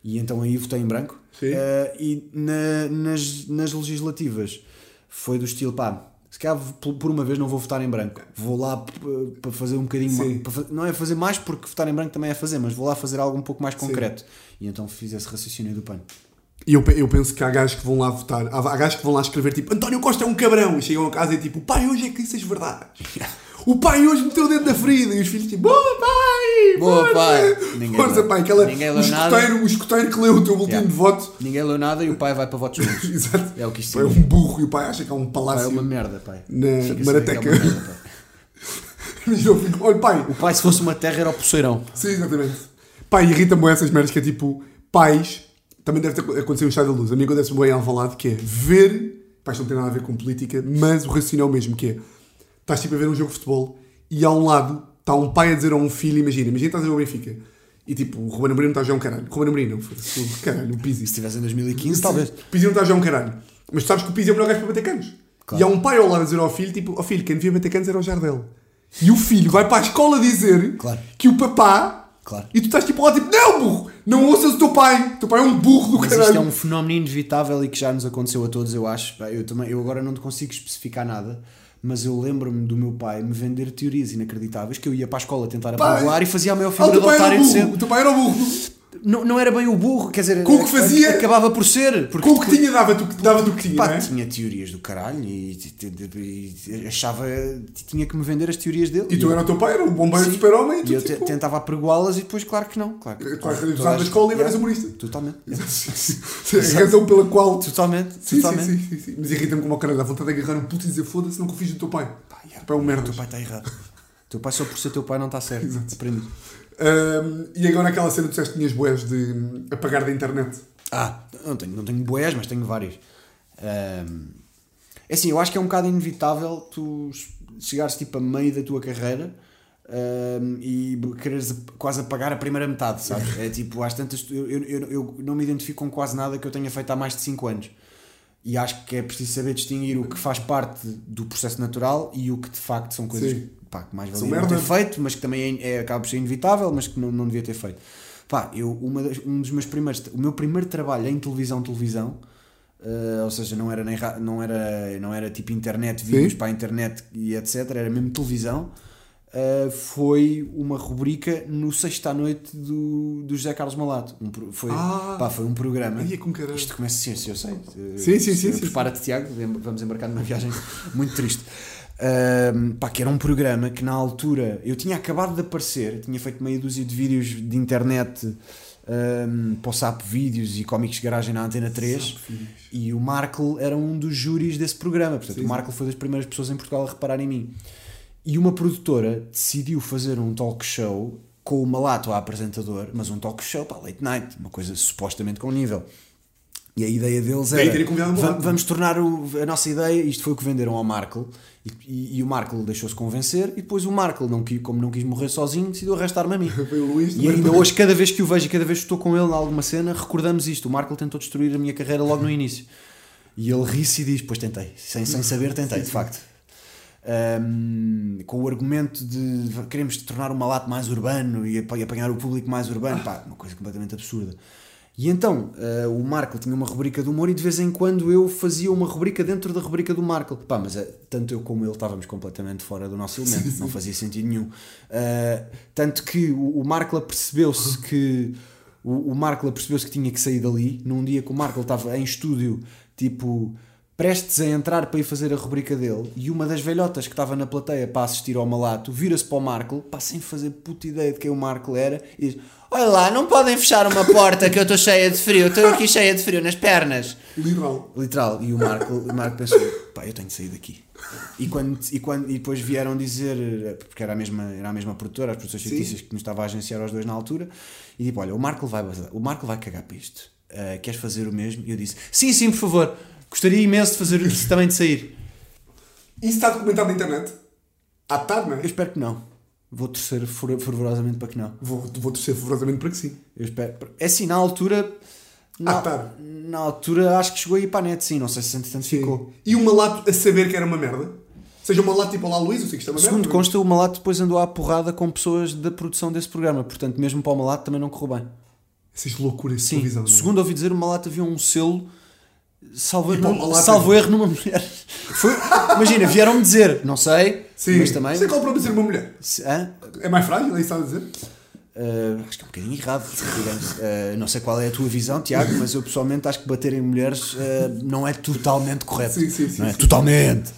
E então aí votei em branco. Sim. Eh, e na- nas, nas legislativas foi do estilo, pá, se calhar por por uma vez não vou votar em branco. Vou lá p- para fazer um bocadinho Sim. mais. para fa- não é fazer mais porque votar em branco também é fazer, mas vou lá fazer algo um pouco mais concreto. E então fiz esse raciocínio do pano. E eu, pe- eu penso que há gajos que vão lá votar, há, há gajos que vão lá escrever tipo António Costa é um cabrão e chegam a casa e tipo o pai hoje é que disse as verdades. O pai hoje meteu o dedo na ferida e os filhos tipo boa pai! Boa, força!" pai. Ninguém Força leu- pai, aquela, ninguém o, leu nada. escoteiro, o escoteiro que leu o teu boletim Yeah. de voto. Ninguém leu nada e o pai vai para votos juntos. Exato. É o que isto Pá, é um significa. burro e o pai acha que é um Pá, é palácio. uma merda, pai. Na Fica a saber Marateca. que é uma merda, pá. E eu fico, olha pai, O pai, se fosse uma terra, era o poceirão. Sim, exatamente. Pai, irrita-me essas merdas que é tipo, pais, também deve ter acontecido um estado da luz. A mim acontece-me bem em Alvalade, que é ver, pais não tem nada a ver com política, mas o raciocínio é o mesmo, que é, estás tipo a ver um jogo de futebol e a um lado está um pai a dizer a um filho, imagina, imagina estás a ver o Benfica, e tipo, o Ruben Amorim não está a jogar um caralho. Ruben Amorim não, foda-se, o caralho, o Pizzi. Se estivesse em 2015, talvez. O Pizzi não está a jogar um caralho. Mas tu sabes que o Pizzi é o melhor gajo para bater canos. E Claro. há um pai ao lado a dizer ao filho, tipo, ó filho, quem devia bater canos era o Jardel. E o filho vai para a escola dizer Claro. que o papá... Claro. E tu estás tipo lá, tipo, não burro, não ouças o teu pai. O teu pai é um burro do Mas caralho. isto é um fenómeno inevitável e que já nos aconteceu a todos, eu acho. Pá, Eu, também, eu agora não te consigo especificar nada, mas eu lembro-me do meu pai me vender teorias inacreditáveis que eu ia para a escola tentar Pai. aprovar e fazia a maior Ah, o figura teu de pai era otário um de burro. O sempre. teu pai era um burro. Não, não era bem o burro, quer dizer, Com o que fazia- ac- acabava por ser. Porque Com o que tinha, dava tu dava tu que tinha, Pá, não é? tinha teorias do caralho e, t- t- e achava tinha que me vender as teorias dele. E tu eu- era o teu pai, era o bombeiro Sim. super-homem. E E tu, eu te- tipo... tentava apregoá-las e depois, claro que não. Claro, Tu Toda- vais toda usar a da escola e gente- eras humorista. Totalmente. A razão pela qual... Totalmente. Sim, sim, totalmente. sim, sim, sim. Mas irrita-me como ao caralho. Dá vontade de agarrar um puto e dizer foda-se, não confies no teu pai. O teu pai é um merda. O teu pai está errado. O teu pai só por ser teu pai não está certo. Aprendi. Ahm, e agora aquela cena que tu disseste que tinhas boés de hum, apagar da internet. Ah, não tenho, não tenho boés, mas tenho vários. Ahm, é assim, eu acho que é um bocado inevitável tu chegares tipo a meio da tua carreira ahm, e quereres ap- quase apagar a primeira metade, sabes? É tipo, às tantas, tu- eu, eu, eu- eu não me identifico com quase nada que eu tenha feito há mais de 5 anos. E acho que é preciso saber distinguir o que faz parte do processo natural e o que de facto são coisas Sim. que, pá, que mais São valia não ter merda. feito, mas que também é, é- acaba por ser inevitável, mas que não, não devia ter feito. Pá, eu, uma das- um dos meus primeiros, o meu primeiro trabalho em televisão, televisão, eh, ou seja, não era, nem, ra- não era, não era tipo internet, vídeos Sim. para a internet e etc, era mesmo televisão, eh, foi uma rubrica no Sexta à Noite do, do José Carlos Malato. Um pro- foi, Ah. pá, foi um programa. Aí é com caralho. Isto começa sim, sim, eu sei. Eh, Sim, sim, sim, eh, sim. Prepara-te, Tiago, em- vamos embarcar numa viagem muito triste. Ahm, pá, que era um programa que na altura eu tinha acabado de aparecer, tinha feito meia dúzia de vídeos de internet ahm, para o SAP Vídeos e Comics Garagem na Antena 3 e o Markle era um dos júris desse programa. Portanto, o Markle foi das primeiras pessoas em Portugal a reparar em mim. E uma produtora decidiu fazer um talk show com o Malato a apresentador, mas um talk show para late night, uma coisa supostamente com nível. E a ideia deles Daí era terem convidado o "Va- Malato." vamos, tornar o- a nossa ideia, isto foi o que venderam ao Markle e, e- e o Markle deixou-se convencer e depois o Markle, não, qui- como não quis morrer sozinho, decidiu arrastar-me a mim. Foi o Luís e também. ainda hoje, cada vez que o vejo e cada vez que estou com ele em alguma cena, recordamos isto, o Markle tentou destruir a minha carreira logo no início. E ele ri-se e diz, pois tentei, sem, sem saber tentei, de facto. um, com o argumento de queremos tornar o Malato mais urbano e ap- e apanhar o público mais urbano, pá, uma coisa completamente absurda. E então, eh, o Markle tinha uma rubrica de humor e de vez em quando eu fazia uma rubrica dentro da rubrica do Markle. Pá, mas eh, tanto eu como ele estávamos completamente fora do nosso elemento, não fazia sentido nenhum. Eh, tanto que o, o Markle percebeu-se que o, o Markle percebeu-se que tinha que sair dali. Num dia que o Markle estava em estúdio, tipo, prestes a entrar para ir fazer a rubrica dele, e uma das velhotas que estava na plateia para assistir ao Malato vira-se para o Markle, pá, sem fazer puta ideia de quem o Markle era, e diz: Olha lá, não podem fechar uma porta que eu estou cheia de frio, estou aqui cheia de frio nas pernas. Literal. Literal, e o Marco, o Marco pensou: pá, eu tenho de sair daqui. E, quando, e, quando, e depois vieram dizer, eh, porque era a mesma, era a mesma produtora, as produtoras fictícias que nos estava a agenciar aos dois na altura, e tipo: olha, o Marco vai, bazar- o Marco vai cagar para isto. Eh, queres fazer o mesmo? E eu disse: sim, sim, por favor, gostaria imenso de fazer isso também de sair. Isso está documentado na internet? À tarde, não Eu é? espero que não. Vou torcer fer- fervorosamente para que não. Vou, vou torcer fervorosamente para que sim. Eu espero. É assim, na altura. Na, Ah, tá. na altura acho que chegou aí para a net, sim, não sei se entretanto ficou. E o Malato a saber que era uma merda? Ou seja, o Malato tipo, olá Luís, eu sei que isto é uma Segundo merda. consta, o Malato depois andou à porrada com pessoas da produção desse programa, portanto, mesmo para o Malato também não correu bem. Essas loucuras de Sim, televisão, não é? segundo ouvi dizer, o Malato havia um selo, E salvo, erro, para o num- Malato- é salvo erro numa mulher. Foi- imagina, vieram-me dizer, não sei, Sim. mas também. Sei qual é o problema de ser uma mulher. se- hã? É mais frágil, é isso que está a dizer? Ah, acho que é um bocadinho errado, digamos. Ah, não sei qual é a tua visão, Tiago, mas eu pessoalmente acho que bater em mulheres ah, não é totalmente correto. Sim, sim, sim, Não é sim. totalmente.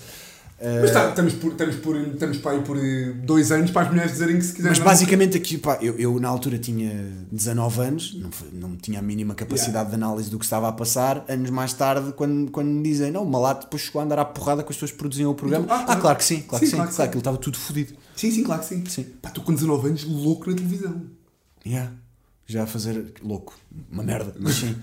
Mas tá, estamos, por, estamos, por, estamos para aí por eh, dois anos para as mulheres dizerem que se quiserem. Mas não- é? basicamente aqui, pá, eu, eu na altura tinha 19 anos, não, fa- não tinha a mínima capacidade de análise do que estava a passar. Anos mais tarde, quando, quando me dizem, não, o Malato depois chegou a andar à porrada com as pessoas que produziam o programa. E tu, ah, Ah, claro. claro que sim, claro que Sim, sim, claro que claro sim. que ele estava tudo fodido. Sim, sim, claro que sim. Sim. Pá, estou com 19 anos, louco na televisão. Yeah. Já a fazer louco, uma merda, mas sim.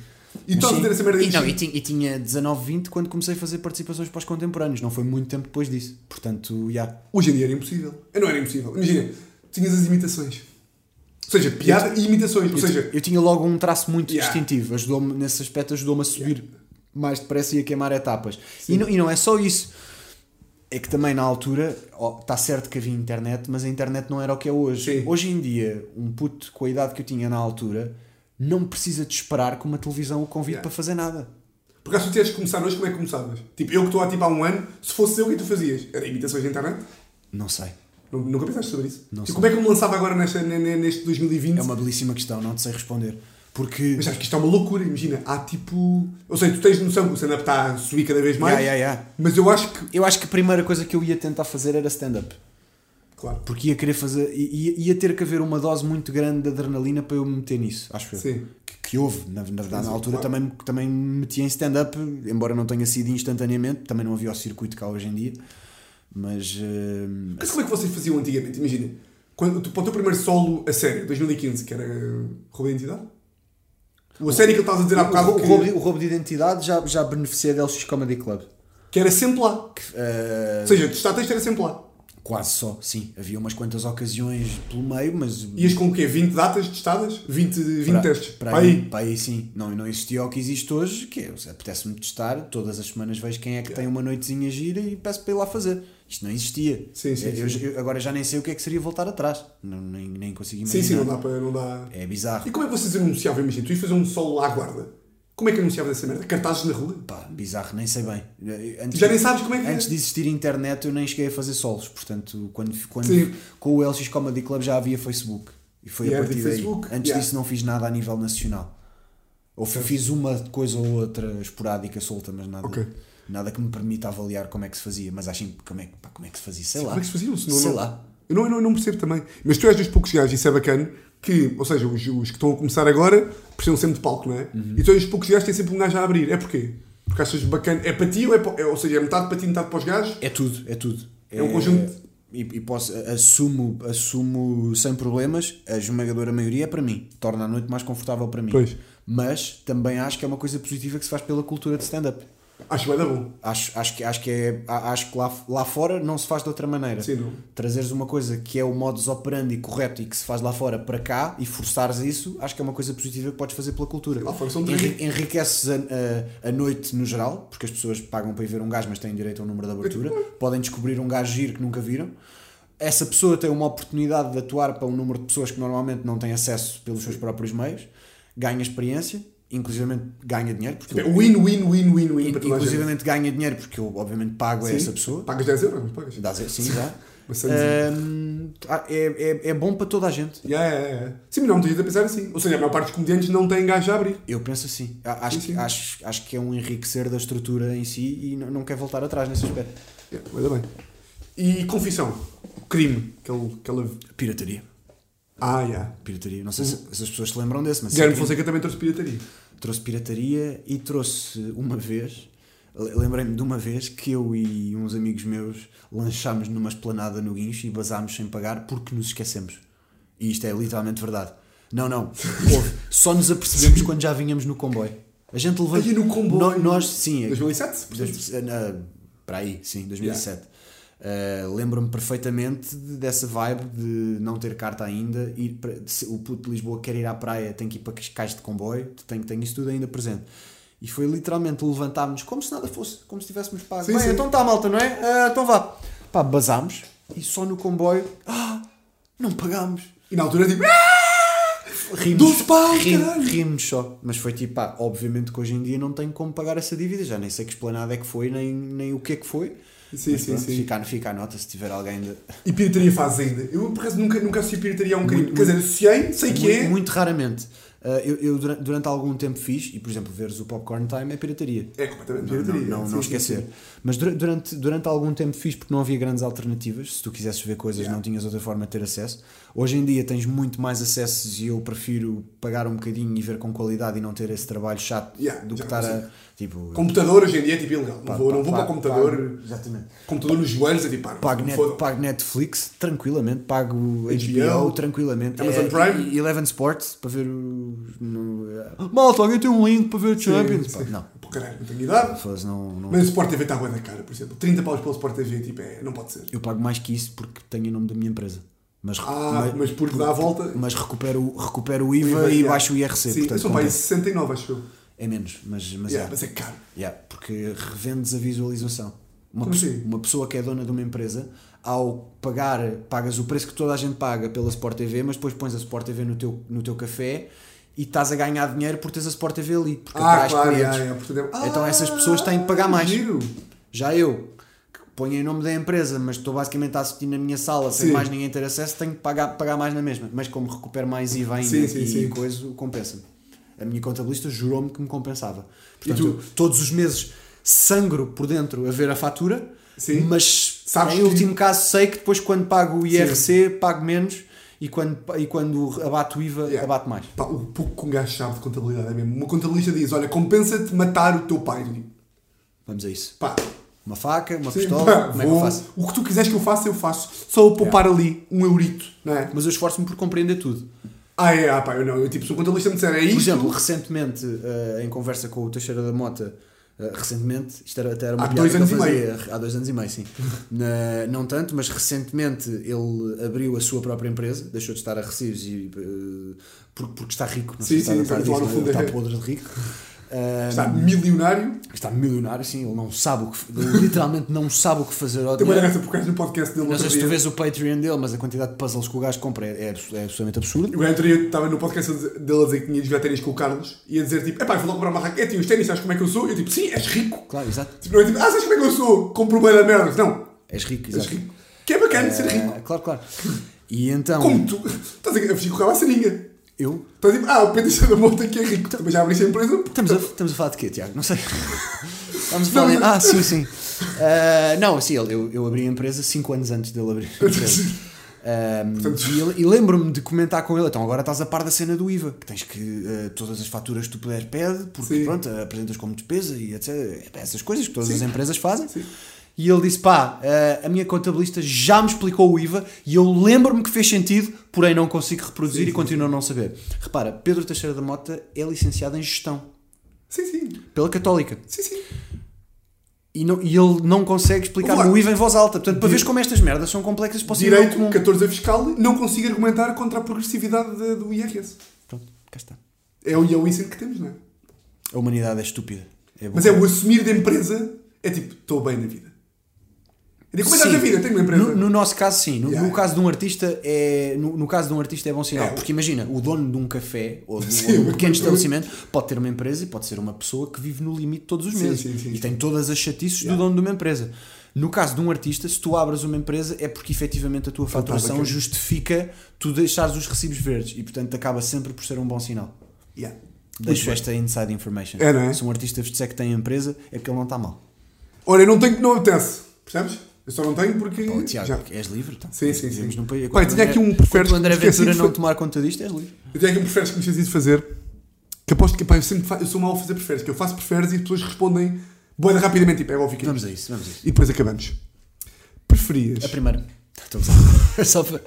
E tu a fazer essa merda e, em não, Chile? e, tinha, e tinha 19, 20 quando comecei a fazer participações para os contemporâneos, não foi muito tempo depois disso. Portanto, já. Hoje em dia era impossível. Eh, Não era impossível. Imagina, tinhas as imitações. Ou seja, piada e imitações. Ou Eu ti- seja, eu tinha logo um traço muito Yeah. distintivo. Ajudou-me, nesse aspecto, ajudou-me a subir mais depressa e a queimar etapas. E não, e não é só isso. É que também na altura, está certo que havia internet, mas a internet não era o que é hoje. Sim. Hoje em dia, um puto com a idade que eu tinha na altura, não precisa de esperar que uma televisão o convide Yeah. para fazer nada. Porque se tu tivesses que começar hoje, como é que começavas? Tipo, eu que estou há tipo há um ano, se fosse eu, o que tu fazias? Era imitações na internet? Não sei. Nu- Nunca pensaste sobre isso? Não sei. tipo, como é que eu me lançava agora nesta, ne- ne- neste 2020? É uma belíssima questão, não te sei responder. Porque. Mas sabes que isto é uma loucura, imagina. Há tipo. Ou seja, tu tens noção que o stand-up está a subir cada vez mais. Yeah, yeah, yeah. Mas eu acho que. Eu acho que a primeira coisa que eu ia tentar fazer era stand-up. Claro. Porque ia querer fazer. Ia, ia ter que haver uma dose muito grande de adrenalina para eu me meter nisso, acho eu. Sim. Que, que houve, na, na verdade, na Sim, altura claro. também, me- também me meti em stand-up, embora não tenha sido instantaneamente, também não havia o circuito cá hoje em dia. Mas. hum, Mas como é que vocês faziam antigamente? Imagina. Quando, tu, para o teu primeiro solo a sério, 2015, que era. uh, Roubo de Identidade? O a sério que ele estava a dizer há o, bocado rou- o roubo, de- que, o roubo de identidade já, já beneficia da LX Comedy Club. que era sempre lá. Que, ah, Ou seja, tu estás era sempre lá. quase só, sim. Havia umas quantas ocasiões pelo meio, mas. Ias com o quê? 20 datas testadas? 20, 20 para- testes? Para, Pá, aí, aí. para aí sim. Não, não existia o que existe hoje, que é, se apetece-me testar, todas as semanas vejo quem é que tem uma noitezinha gira e peço para ir lá fazer. Isto não existia. Sim, sim, eu, sim. eu- agora já nem sei o que é que seria voltar atrás. Não, nem, nem consigo Sim, imaginar. sim, não dá para. Não dá... É bizarro. E como é que vocês anunciavam? Imagina, tu ias fazer um solo à guarda. Como é que anunciavas essa merda? Cartazes na rua? Pá, bizarro, nem sei bem. Antes, Já nem sabes como é que é. Antes de existir internet eu nem cheguei a fazer solos. Portanto, quando, quando Sim. com o LX Comedy Club já havia Facebook. E foi E a era partir de daí. Facebook, Antes yeah. disso não fiz nada a nível nacional. Ou fiz uma coisa ou outra esporádica, solta, mas nada, Ok. nada que me permita avaliar como é que se fazia. Mas acho que como é, que- pá, como é que se fazia? Sei lá. Como é que se faziam? Se não- Sei não- lá. Eu não, eu não, eu não percebo também. Mas tu és dos poucos gajos, isso é bacana, que, ou seja, os, os que estão a começar agora precisam sempre de palco, não é? Uhum. E tu és dos poucos gajos que têm sempre um gajo a abrir. É porquê? Porque achas bacana. É para ti ou é para. é- ou seja, é metade para ti, metade para os gajos? É tudo, é tudo. É um conjunto. E, e posso, assumo, assumo sem problemas, a esmagadora maioria é para mim. Torna a noite mais confortável para mim. Pois. Mas também acho que é uma coisa positiva que se faz pela cultura de stand-up. Acho bem da bom. Acho, acho que, acho que, é, a- acho que lá, lá fora não se faz de outra maneira. Sim, não. Trazeres uma coisa que é o modus operandi correto e que se faz lá fora para cá e forçares isso, acho que é uma coisa positiva que podes fazer pela cultura. Lá fora são Enri- três. enriqueces a, a- a noite no geral, porque as pessoas pagam para ir ver um gajo, mas têm direito a um número de abertura. Podem descobrir um gajo giro que nunca viram. Essa pessoa tem uma oportunidade de atuar para um número de pessoas que normalmente não têm acesso pelos seus próprios meios, ganha experiência, inclusive ganha dinheiro, porque É Win, win, win, win, win para toda a gente. Inclusivamente ganha dinheiro porque eu obviamente pago a Sim. essa pessoa. Pagas 10 euros, mas pagas. Dá sim, dá. Uma sandezinha. Ahm, ah, é, é, é bom para toda a gente. Yeah, yeah, yeah. Sim, mas não há muita gente a pensar assim. Ou seja, a maior parte dos comediantes não tem gajo a abrir. Eu penso assim. A- Acho, Sim, que- sim. Acho, acho que é um enriquecer da estrutura em si e não, não quer voltar atrás nesse aspecto. Yeah, mas é bem. E confissão. Crime. Aquele, aquela... Pirataria. Ah, yeah. Pirataria. Não sei se, se as pessoas se lembram desse, mas Guilherme sim, Fonseca também trouxe pirataria. trouxe pirataria e trouxe uma vez. le- Lembrei-me de uma vez que eu e uns amigos meus lanchámos numa esplanada no guincho e basámos sem pagar porque nos esquecemos. E isto é literalmente verdade. Não, não. Houve. Só nos apercebemos quando já vinhamos no comboio. A gente levou. Aí no comboio? No- Nós, sim. é 2007? portanto. Dois- na- Ah, Para aí, sim, 2007. Uh, Lembro-me perfeitamente de- dessa vibe de não ter carta ainda. Ir para- de se- o puto de Lisboa quer ir à praia, tem que ir para Cascais de comboio, tem, tem isso tudo ainda presente. E foi literalmente levantarmos como se nada fosse, como se tivéssemos pago. Sim, Bem, sim. então está malta, não é? Ah, então vá. Pá, basámos e só no comboio, ah, não pagámos. E na altura tipo... "Ah!" Rimos, 12 pau, rim- caralho! rimos só. Mas foi tipo, pá, obviamente que hoje em um dia não tenho como pagar essa dívida, já nem sei que esplanada é que foi, nem, nem o que é que foi. Sim, Mas sim, pronto, sim. Fica, fica a nota se tiver alguém de. E pirataria faz ainda. Eu, por acaso, nunca, nunca associei pirataria a um crime. Quer dizer, associei, sei que muito, é. muito raramente. Ah, eu eu dura- durante, algum tempo fiz, e por exemplo, veres o Popcorn Time é pirataria. É completamente Não, não, pirataria. não, Sim, não sim, esquecer. sim. Mas dura- durante, durante algum tempo fiz porque não havia grandes alternativas. Se tu quisesses ver coisas, Yeah. não tinhas outra forma de ter acesso. Hoje em dia tens muito mais acessos e eu prefiro pagar um bocadinho e ver com qualidade e não ter esse trabalho chato Yeah, do que já estar a. consigo. Tipo, Computador hoje em dia é tipo ilegal. pá, não vou, pá, não vou pá, para o computador. pago- exatamente. Computador nos joelhos é tipo... ah, não, Pago, net- foda-me. pago Netflix tranquilamente, pago HBO, HBO, tranquilamente, Amazon É, Prime. e Eleven Sports para ver o. No, malta, alguém tem um link para ver Champions? Pá, Sim, sim. Não, Pô, caralho, não tenho idade. foda-se, não, não- Mas o Sport TV está bué da cara, por exemplo. 30 paus pelo Sport TV, tipo, é, não pode ser. Eu pago mais que isso porque tenho o nome da minha empresa. Mas, recu- Ah, mas, mas porque dá a volta. mas recupero, recupero o IVA e yeah. baixo o IRC. Sim, portanto, eu sou para aí compensa. 69, acho eu. é menos, mas, mas Yeah, é. mas é caro. Yeah, porque revendes a visualização. Uma, Como pesso- assim? uma pessoa que é dona de uma empresa, ao pagar, pagas o preço que toda a gente paga pela Sport TV, mas depois pões a Sport TV no teu, no teu café e estás a ganhar dinheiro por teres a Sport TV ali, porque Ah, atrás claro, clientes. yeah, yeah, portanto, é- Então Ah, essas pessoas têm de pagar mais. Giro. Já eu, que ponho em nome da empresa, mas estou basicamente a assistir na minha sala sem Sim. mais ninguém ter acesso, tenho que pagar, pagar mais na mesma. Mas como recupero mais IVA ainda Sim, sim, e sim. coisa, compensa-me. A minha contabilista jurou-me que me compensava. Portanto, tu? eu todos os meses sangro por dentro a ver a fatura, Sim. mas Sabes em que- último caso sei que depois quando pago o IRC pago menos e quando, e quando abato o IVA Yeah. abato mais. Pá, o pouco que um gajo sabe de contabilidade é mesmo. Uma contabilista diz: Olha, compensa-te matar o teu pai. Eu digo, Vamos a isso. Pá, Uma faca, uma sim, pistola, pá, como é que eu vou- faço? O que tu quiseres que eu faça, eu faço. Só eu poupar ali um eurito, não é? Mas eu esforço-me por compreender tudo. Ah, é, ah, pá, eu não. Eu, tipo, se o contabilista me disser, é isto. Por exemplo, recentemente, eh, em conversa com o Teixeira da Mota, eh, recentemente, isto era, até era uma Há piada dois que ele anos e fazia, há dois anos e meio, sim. Na- não tanto, mas recentemente ele abriu a sua própria empresa, deixou de estar a Recibos e, eh, por- porque está rico, não sei Sim, se sim, está, sim, claro, está, disso, no não é? fundo está é. podre de rico. Eh, está milionário. está milionário, sim, ele não sabe o que ele literalmente não sabe o que fazer ao Tem uma dinheiro. graça por causa do podcast dele. Não sei outro se tu dia. vês o Patreon dele, mas a quantidade de puzzles que o gajo compra é, é abs- é absolutamente absurda. O gajo outro dia estava no podcast a dizer- dele a dizer que tinha de jogar ténis com o Carlos e a dizer tipo, epá, eu vou lá comprar uma raquete e os ténis, sabes como é que eu sou? E eu tipo, sim, és rico. Claro, exato. Tipo, não é tipo, ah, sabes como é que eu sou? Compro bem da merda. Não, És rico, és exato. rico. Que é bacana ser rico. Ah, claro, claro. E então. Como tu, estás a eu fico com a maçaninha. Eu? Estás tipo, ah, o Pedro Sá da Monta que é rico. Também já abriste a empresa. Estamos a, estamos a falar de quê, Tiago? Não sei. Estamos a Não, falar de... mas- Ah, sim, sim. Ah, não, assim, ele- eu, eu abri a empresa 5 anos antes dele abrir a empresa. Ah, e ele- e lembro-me de comentar com ele, então agora estás a par da cena do IVA, que tens que ah, todas as faturas que tu puderes pede, porque Sim. pronto, apresentas como despesa e etc. é Essas coisas que todas Sim. as empresas fazem. Sim. E ele disse: pá, ah, a minha contabilista já me explicou o IVA e eu lembro-me que fez sentido, porém não consigo reproduzir e continuo a não saber. Repara, Pedro Teixeira da Mota é licenciado em gestão Sim, sim. pela Católica. Sim, sim. E, não- e ele não consegue explicar Vamos lá. o IVA em voz alta. Portanto, para veres como estas merdas são complexas, posso ir ao Direito comum. 14 a fiscal, não consigo argumentar contra a progressividade de- do IRS. Pronto, cá está. É o, é o ensino que temos, não é? A humanidade é estúpida. É Mas é o assumir da empresa, é tipo, estou bem na vida. É tipo, como é que estás na vida? Tenho uma empresa. No, no nosso caso, sim. No, Yeah. no caso de um artista, é, no, no caso de um artista é bom sinal. É. Porque imagina, o dono de um café ou de, Sim, ou de um muito pequeno bem. estabelecimento pode ter uma empresa e pode ser uma pessoa que vive no limite todos os Sim, meses. sim, sim, e sim. tem todas as chatices Yeah. do dono de uma empresa. No caso de um artista, se tu abres uma empresa, é porque efetivamente a tua faturação bacana. justifica tu deixares os recibos verdes e, portanto, acaba sempre por ser um bom sinal. Yeah. Deixo esta inside information. É, não é? Se um artista vos disser que tem empresa, é porque ele não está mal. Ora, eu não tenho que não apetece. Percebes? Eu só não tenho porque. Pô, já. Tiago, és livre? Então. Sim, sim, Vivemos sim. num país- Pai, quando tinha o aqui André- um prefere- quando o André esqueci Ventura de não fa- tomar conta disto, és livre. Eu tenho aqui um preferes que me esqueci de fazer. Que aposto que pá, eu sempre fa- eu sou mau a fazer preferes. Que eu faço preferes e as pessoas respondem boa rapidamente. Tipo, é óbvio que é Vamos isto. a isso, vamos a isso. E depois acabamos. Preferias. A primeira. Tá, Estamos a- Só para-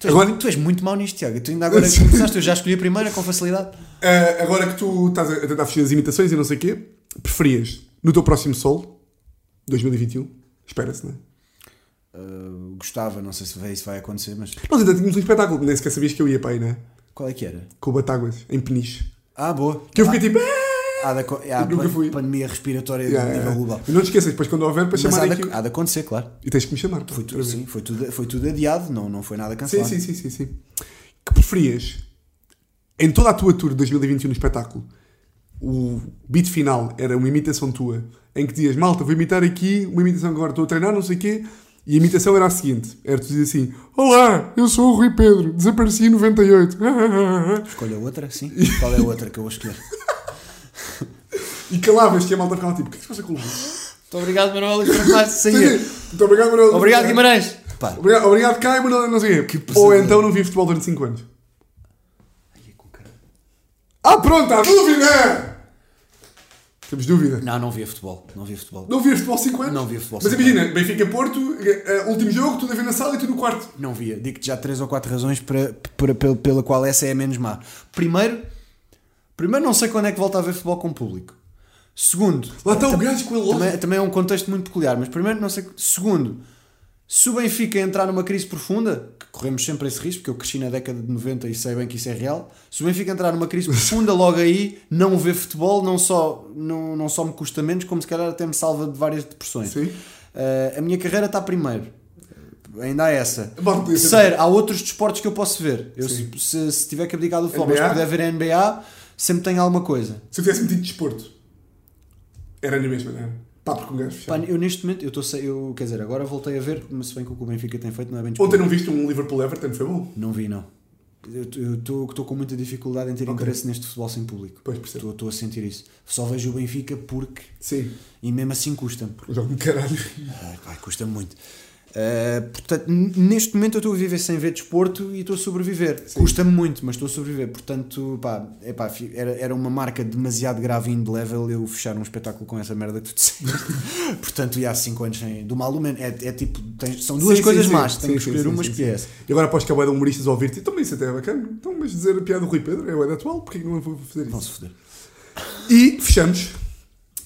Tu, és, Agora- tu és muito mau nisto, Tiago. Tu ainda agora que começaste, eu já escolhi a primeira com facilidade. Ah, agora que tu estás a tentar fugir das imitações e não sei o quê, preferias no teu próximo Sol 2021? Espera-se, não é? Uh, gostava, não sei se vai- isso vai acontecer, mas Nós ainda tínhamos um espetáculo, nem sequer sabias que eu ia para aí, não é? qual é que era? Com o Batáguas, em Peniche. Ah, boa. Que eu fiquei tipo. "Ah!" Há da, co- é a Eu nunca pan- fui. pandemia respiratória de Yeah, nível yeah. global. E Não te esqueças, depois quando houver, para Mas chamar há aqui. de, há de acontecer, claro. E tens que me chamar. pá, Foi outra tudo, vez. sim, foi tudo, foi tudo adiado, não, não foi nada Sim, cancelado. sim, sim, sim, sim. Que preferias, em toda a tua tour de 2021 no um espetáculo, o beat final era uma imitação tua, em que dizias, malta, vou imitar aqui uma imitação que agora estou a treinar, não sei o quê, e a imitação era a seguinte, era tu dizer assim, Olá, eu sou o Rui Pedro, desapareci em 98. Escolha outra, sim. Qual é a outra que eu vou escolher? E calavas-te e a malta ficava tipo, o que é que se passa com o Rui? Muito obrigado, Manuel. E para mais, saía. Muito obrigado, Manuel. Obrigado, Guimarães. Pá, Obrigado, obrigado Caio, Manuel, não sei o quê. Ou então não vi futebol durante 5 anos. Ah, pronto, há dúvida! Temos dúvida. Não, não via futebol. Não via futebol. Não vias futebol 5 anos? Não via futebol Mas cinco imagina, Benfica-Porto, eh, eh, último jogo, tudo a ver na sala e tu no quarto. Não via. Digo-te já três ou quatro razões para, para- pela, pela qual essa é a menos má. Primeiro, primeiro não sei quando é que volto a ver futebol com público. Segundo, Lá está o gajo com a loja. também, também é um contexto muito peculiar, mas primeiro não sei. Segundo, se o Benfica entrar numa crise profunda, que corremos sempre esse risco, porque eu cresci na década de 90 e sei bem que isso é real. Se o Benfica entrar numa crise profunda, logo aí não ver futebol não só, não, não só me custa menos, como se calhar até me salva de várias depressões. Sim. Eh, a minha carreira está primeiro. Ainda há essa. Bom, podia ser- Terceiro, há outros desportos que eu posso ver. Eu, Sim. se, se- se tiver que abdicar do futebol, NBA? mas puder ver a NBA, sempre tenho alguma coisa. Se eu tivesse metido desporto, era na mesma, não era? Pá, porque um gajo Pá, fechado. eu neste momento, eu estou sem- eu quer dizer, agora voltei a ver, mas se bem que o que o Benfica tem feito não é bem desporto. Ontem não viste um Liverpool-Everton, foi bom. Não vi, não. Eu estou com muita dificuldade em ter Ok. interesse neste futebol sem público. Pois, percebo. Estou a sentir isso. Só vejo o Benfica porque. Sim. E mesmo assim custa-me. Um jogo de caralho. Ai, pá, custa muito. Uh, portanto, n- neste momento eu estou a viver sem ver desporto e estou a sobreviver. Custa-me muito, mas estou a sobreviver. Portanto, pá, epá, fi- era, era uma marca demasiado grave e indelével eu fechar um espetáculo com essa merda que tu disseste. portanto, e há 5 anos sem. Do mal ao menos. É, é tipo, tens- são duas Sim, coisas sim, sim. más. Tenho Sim, que escolher sim, sim, uma, sim, escolhi sim. essa. E agora aposto que há bué de humoristas a ouvir-te. Então, mas isso até é bacana. Então, mas dizer a piada do Rui Pedro é bué de atual. Porquê que não vou fazer isso? Vão se foder. E fechamos.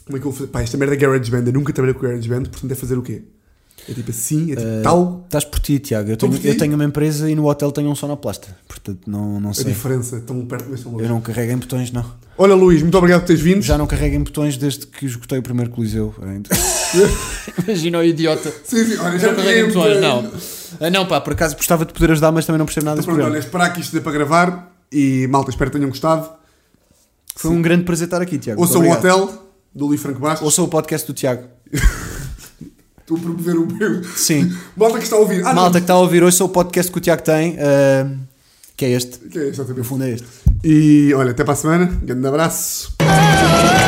Como é que eu vou fazer? Pá, esta merda é GarageBand. Eu nunca trabalhei com GarageBand, portanto é fazer o quê? É tipo assim, é tipo tal. Estás por ti, Tiago. Eu Estou tenho, por ti. eu tenho uma empresa e no hotel tenho um sonoplasta. Portanto, não, não A sei. diferença, tão perto, mas tão longe. Eu não carrego em botões, não. Olha, Luís, muito obrigado por teres vindo. Já não carrego em botões desde que esgotei o primeiro Coliseu. ainda. Imagina o idiota. Sim, sim, olha, já Não carrega em peguei- botões, não. Ah, Não, pá, por Por acaso. acaso gostava de poder ajudar, mas também não percebo nada desse Pronto, olha, programa. esperar que isto dê para gravar. E malta, espero que tenham gostado. Foi um grande prazer estar aqui, Tiago. Ouçam Muito o obrigado. Hotel, do Luís Franco Bastos. Ouça o podcast do Tiago. Estou a promover o meu. Sim. Malta que está a ouvir. Ah, Malta que está a ouvir, ouça o podcast que o Tiago tem, ah, que é este. não. Que é, exatamente. No fundo é este. E olha, até para a semana. Grande abraço.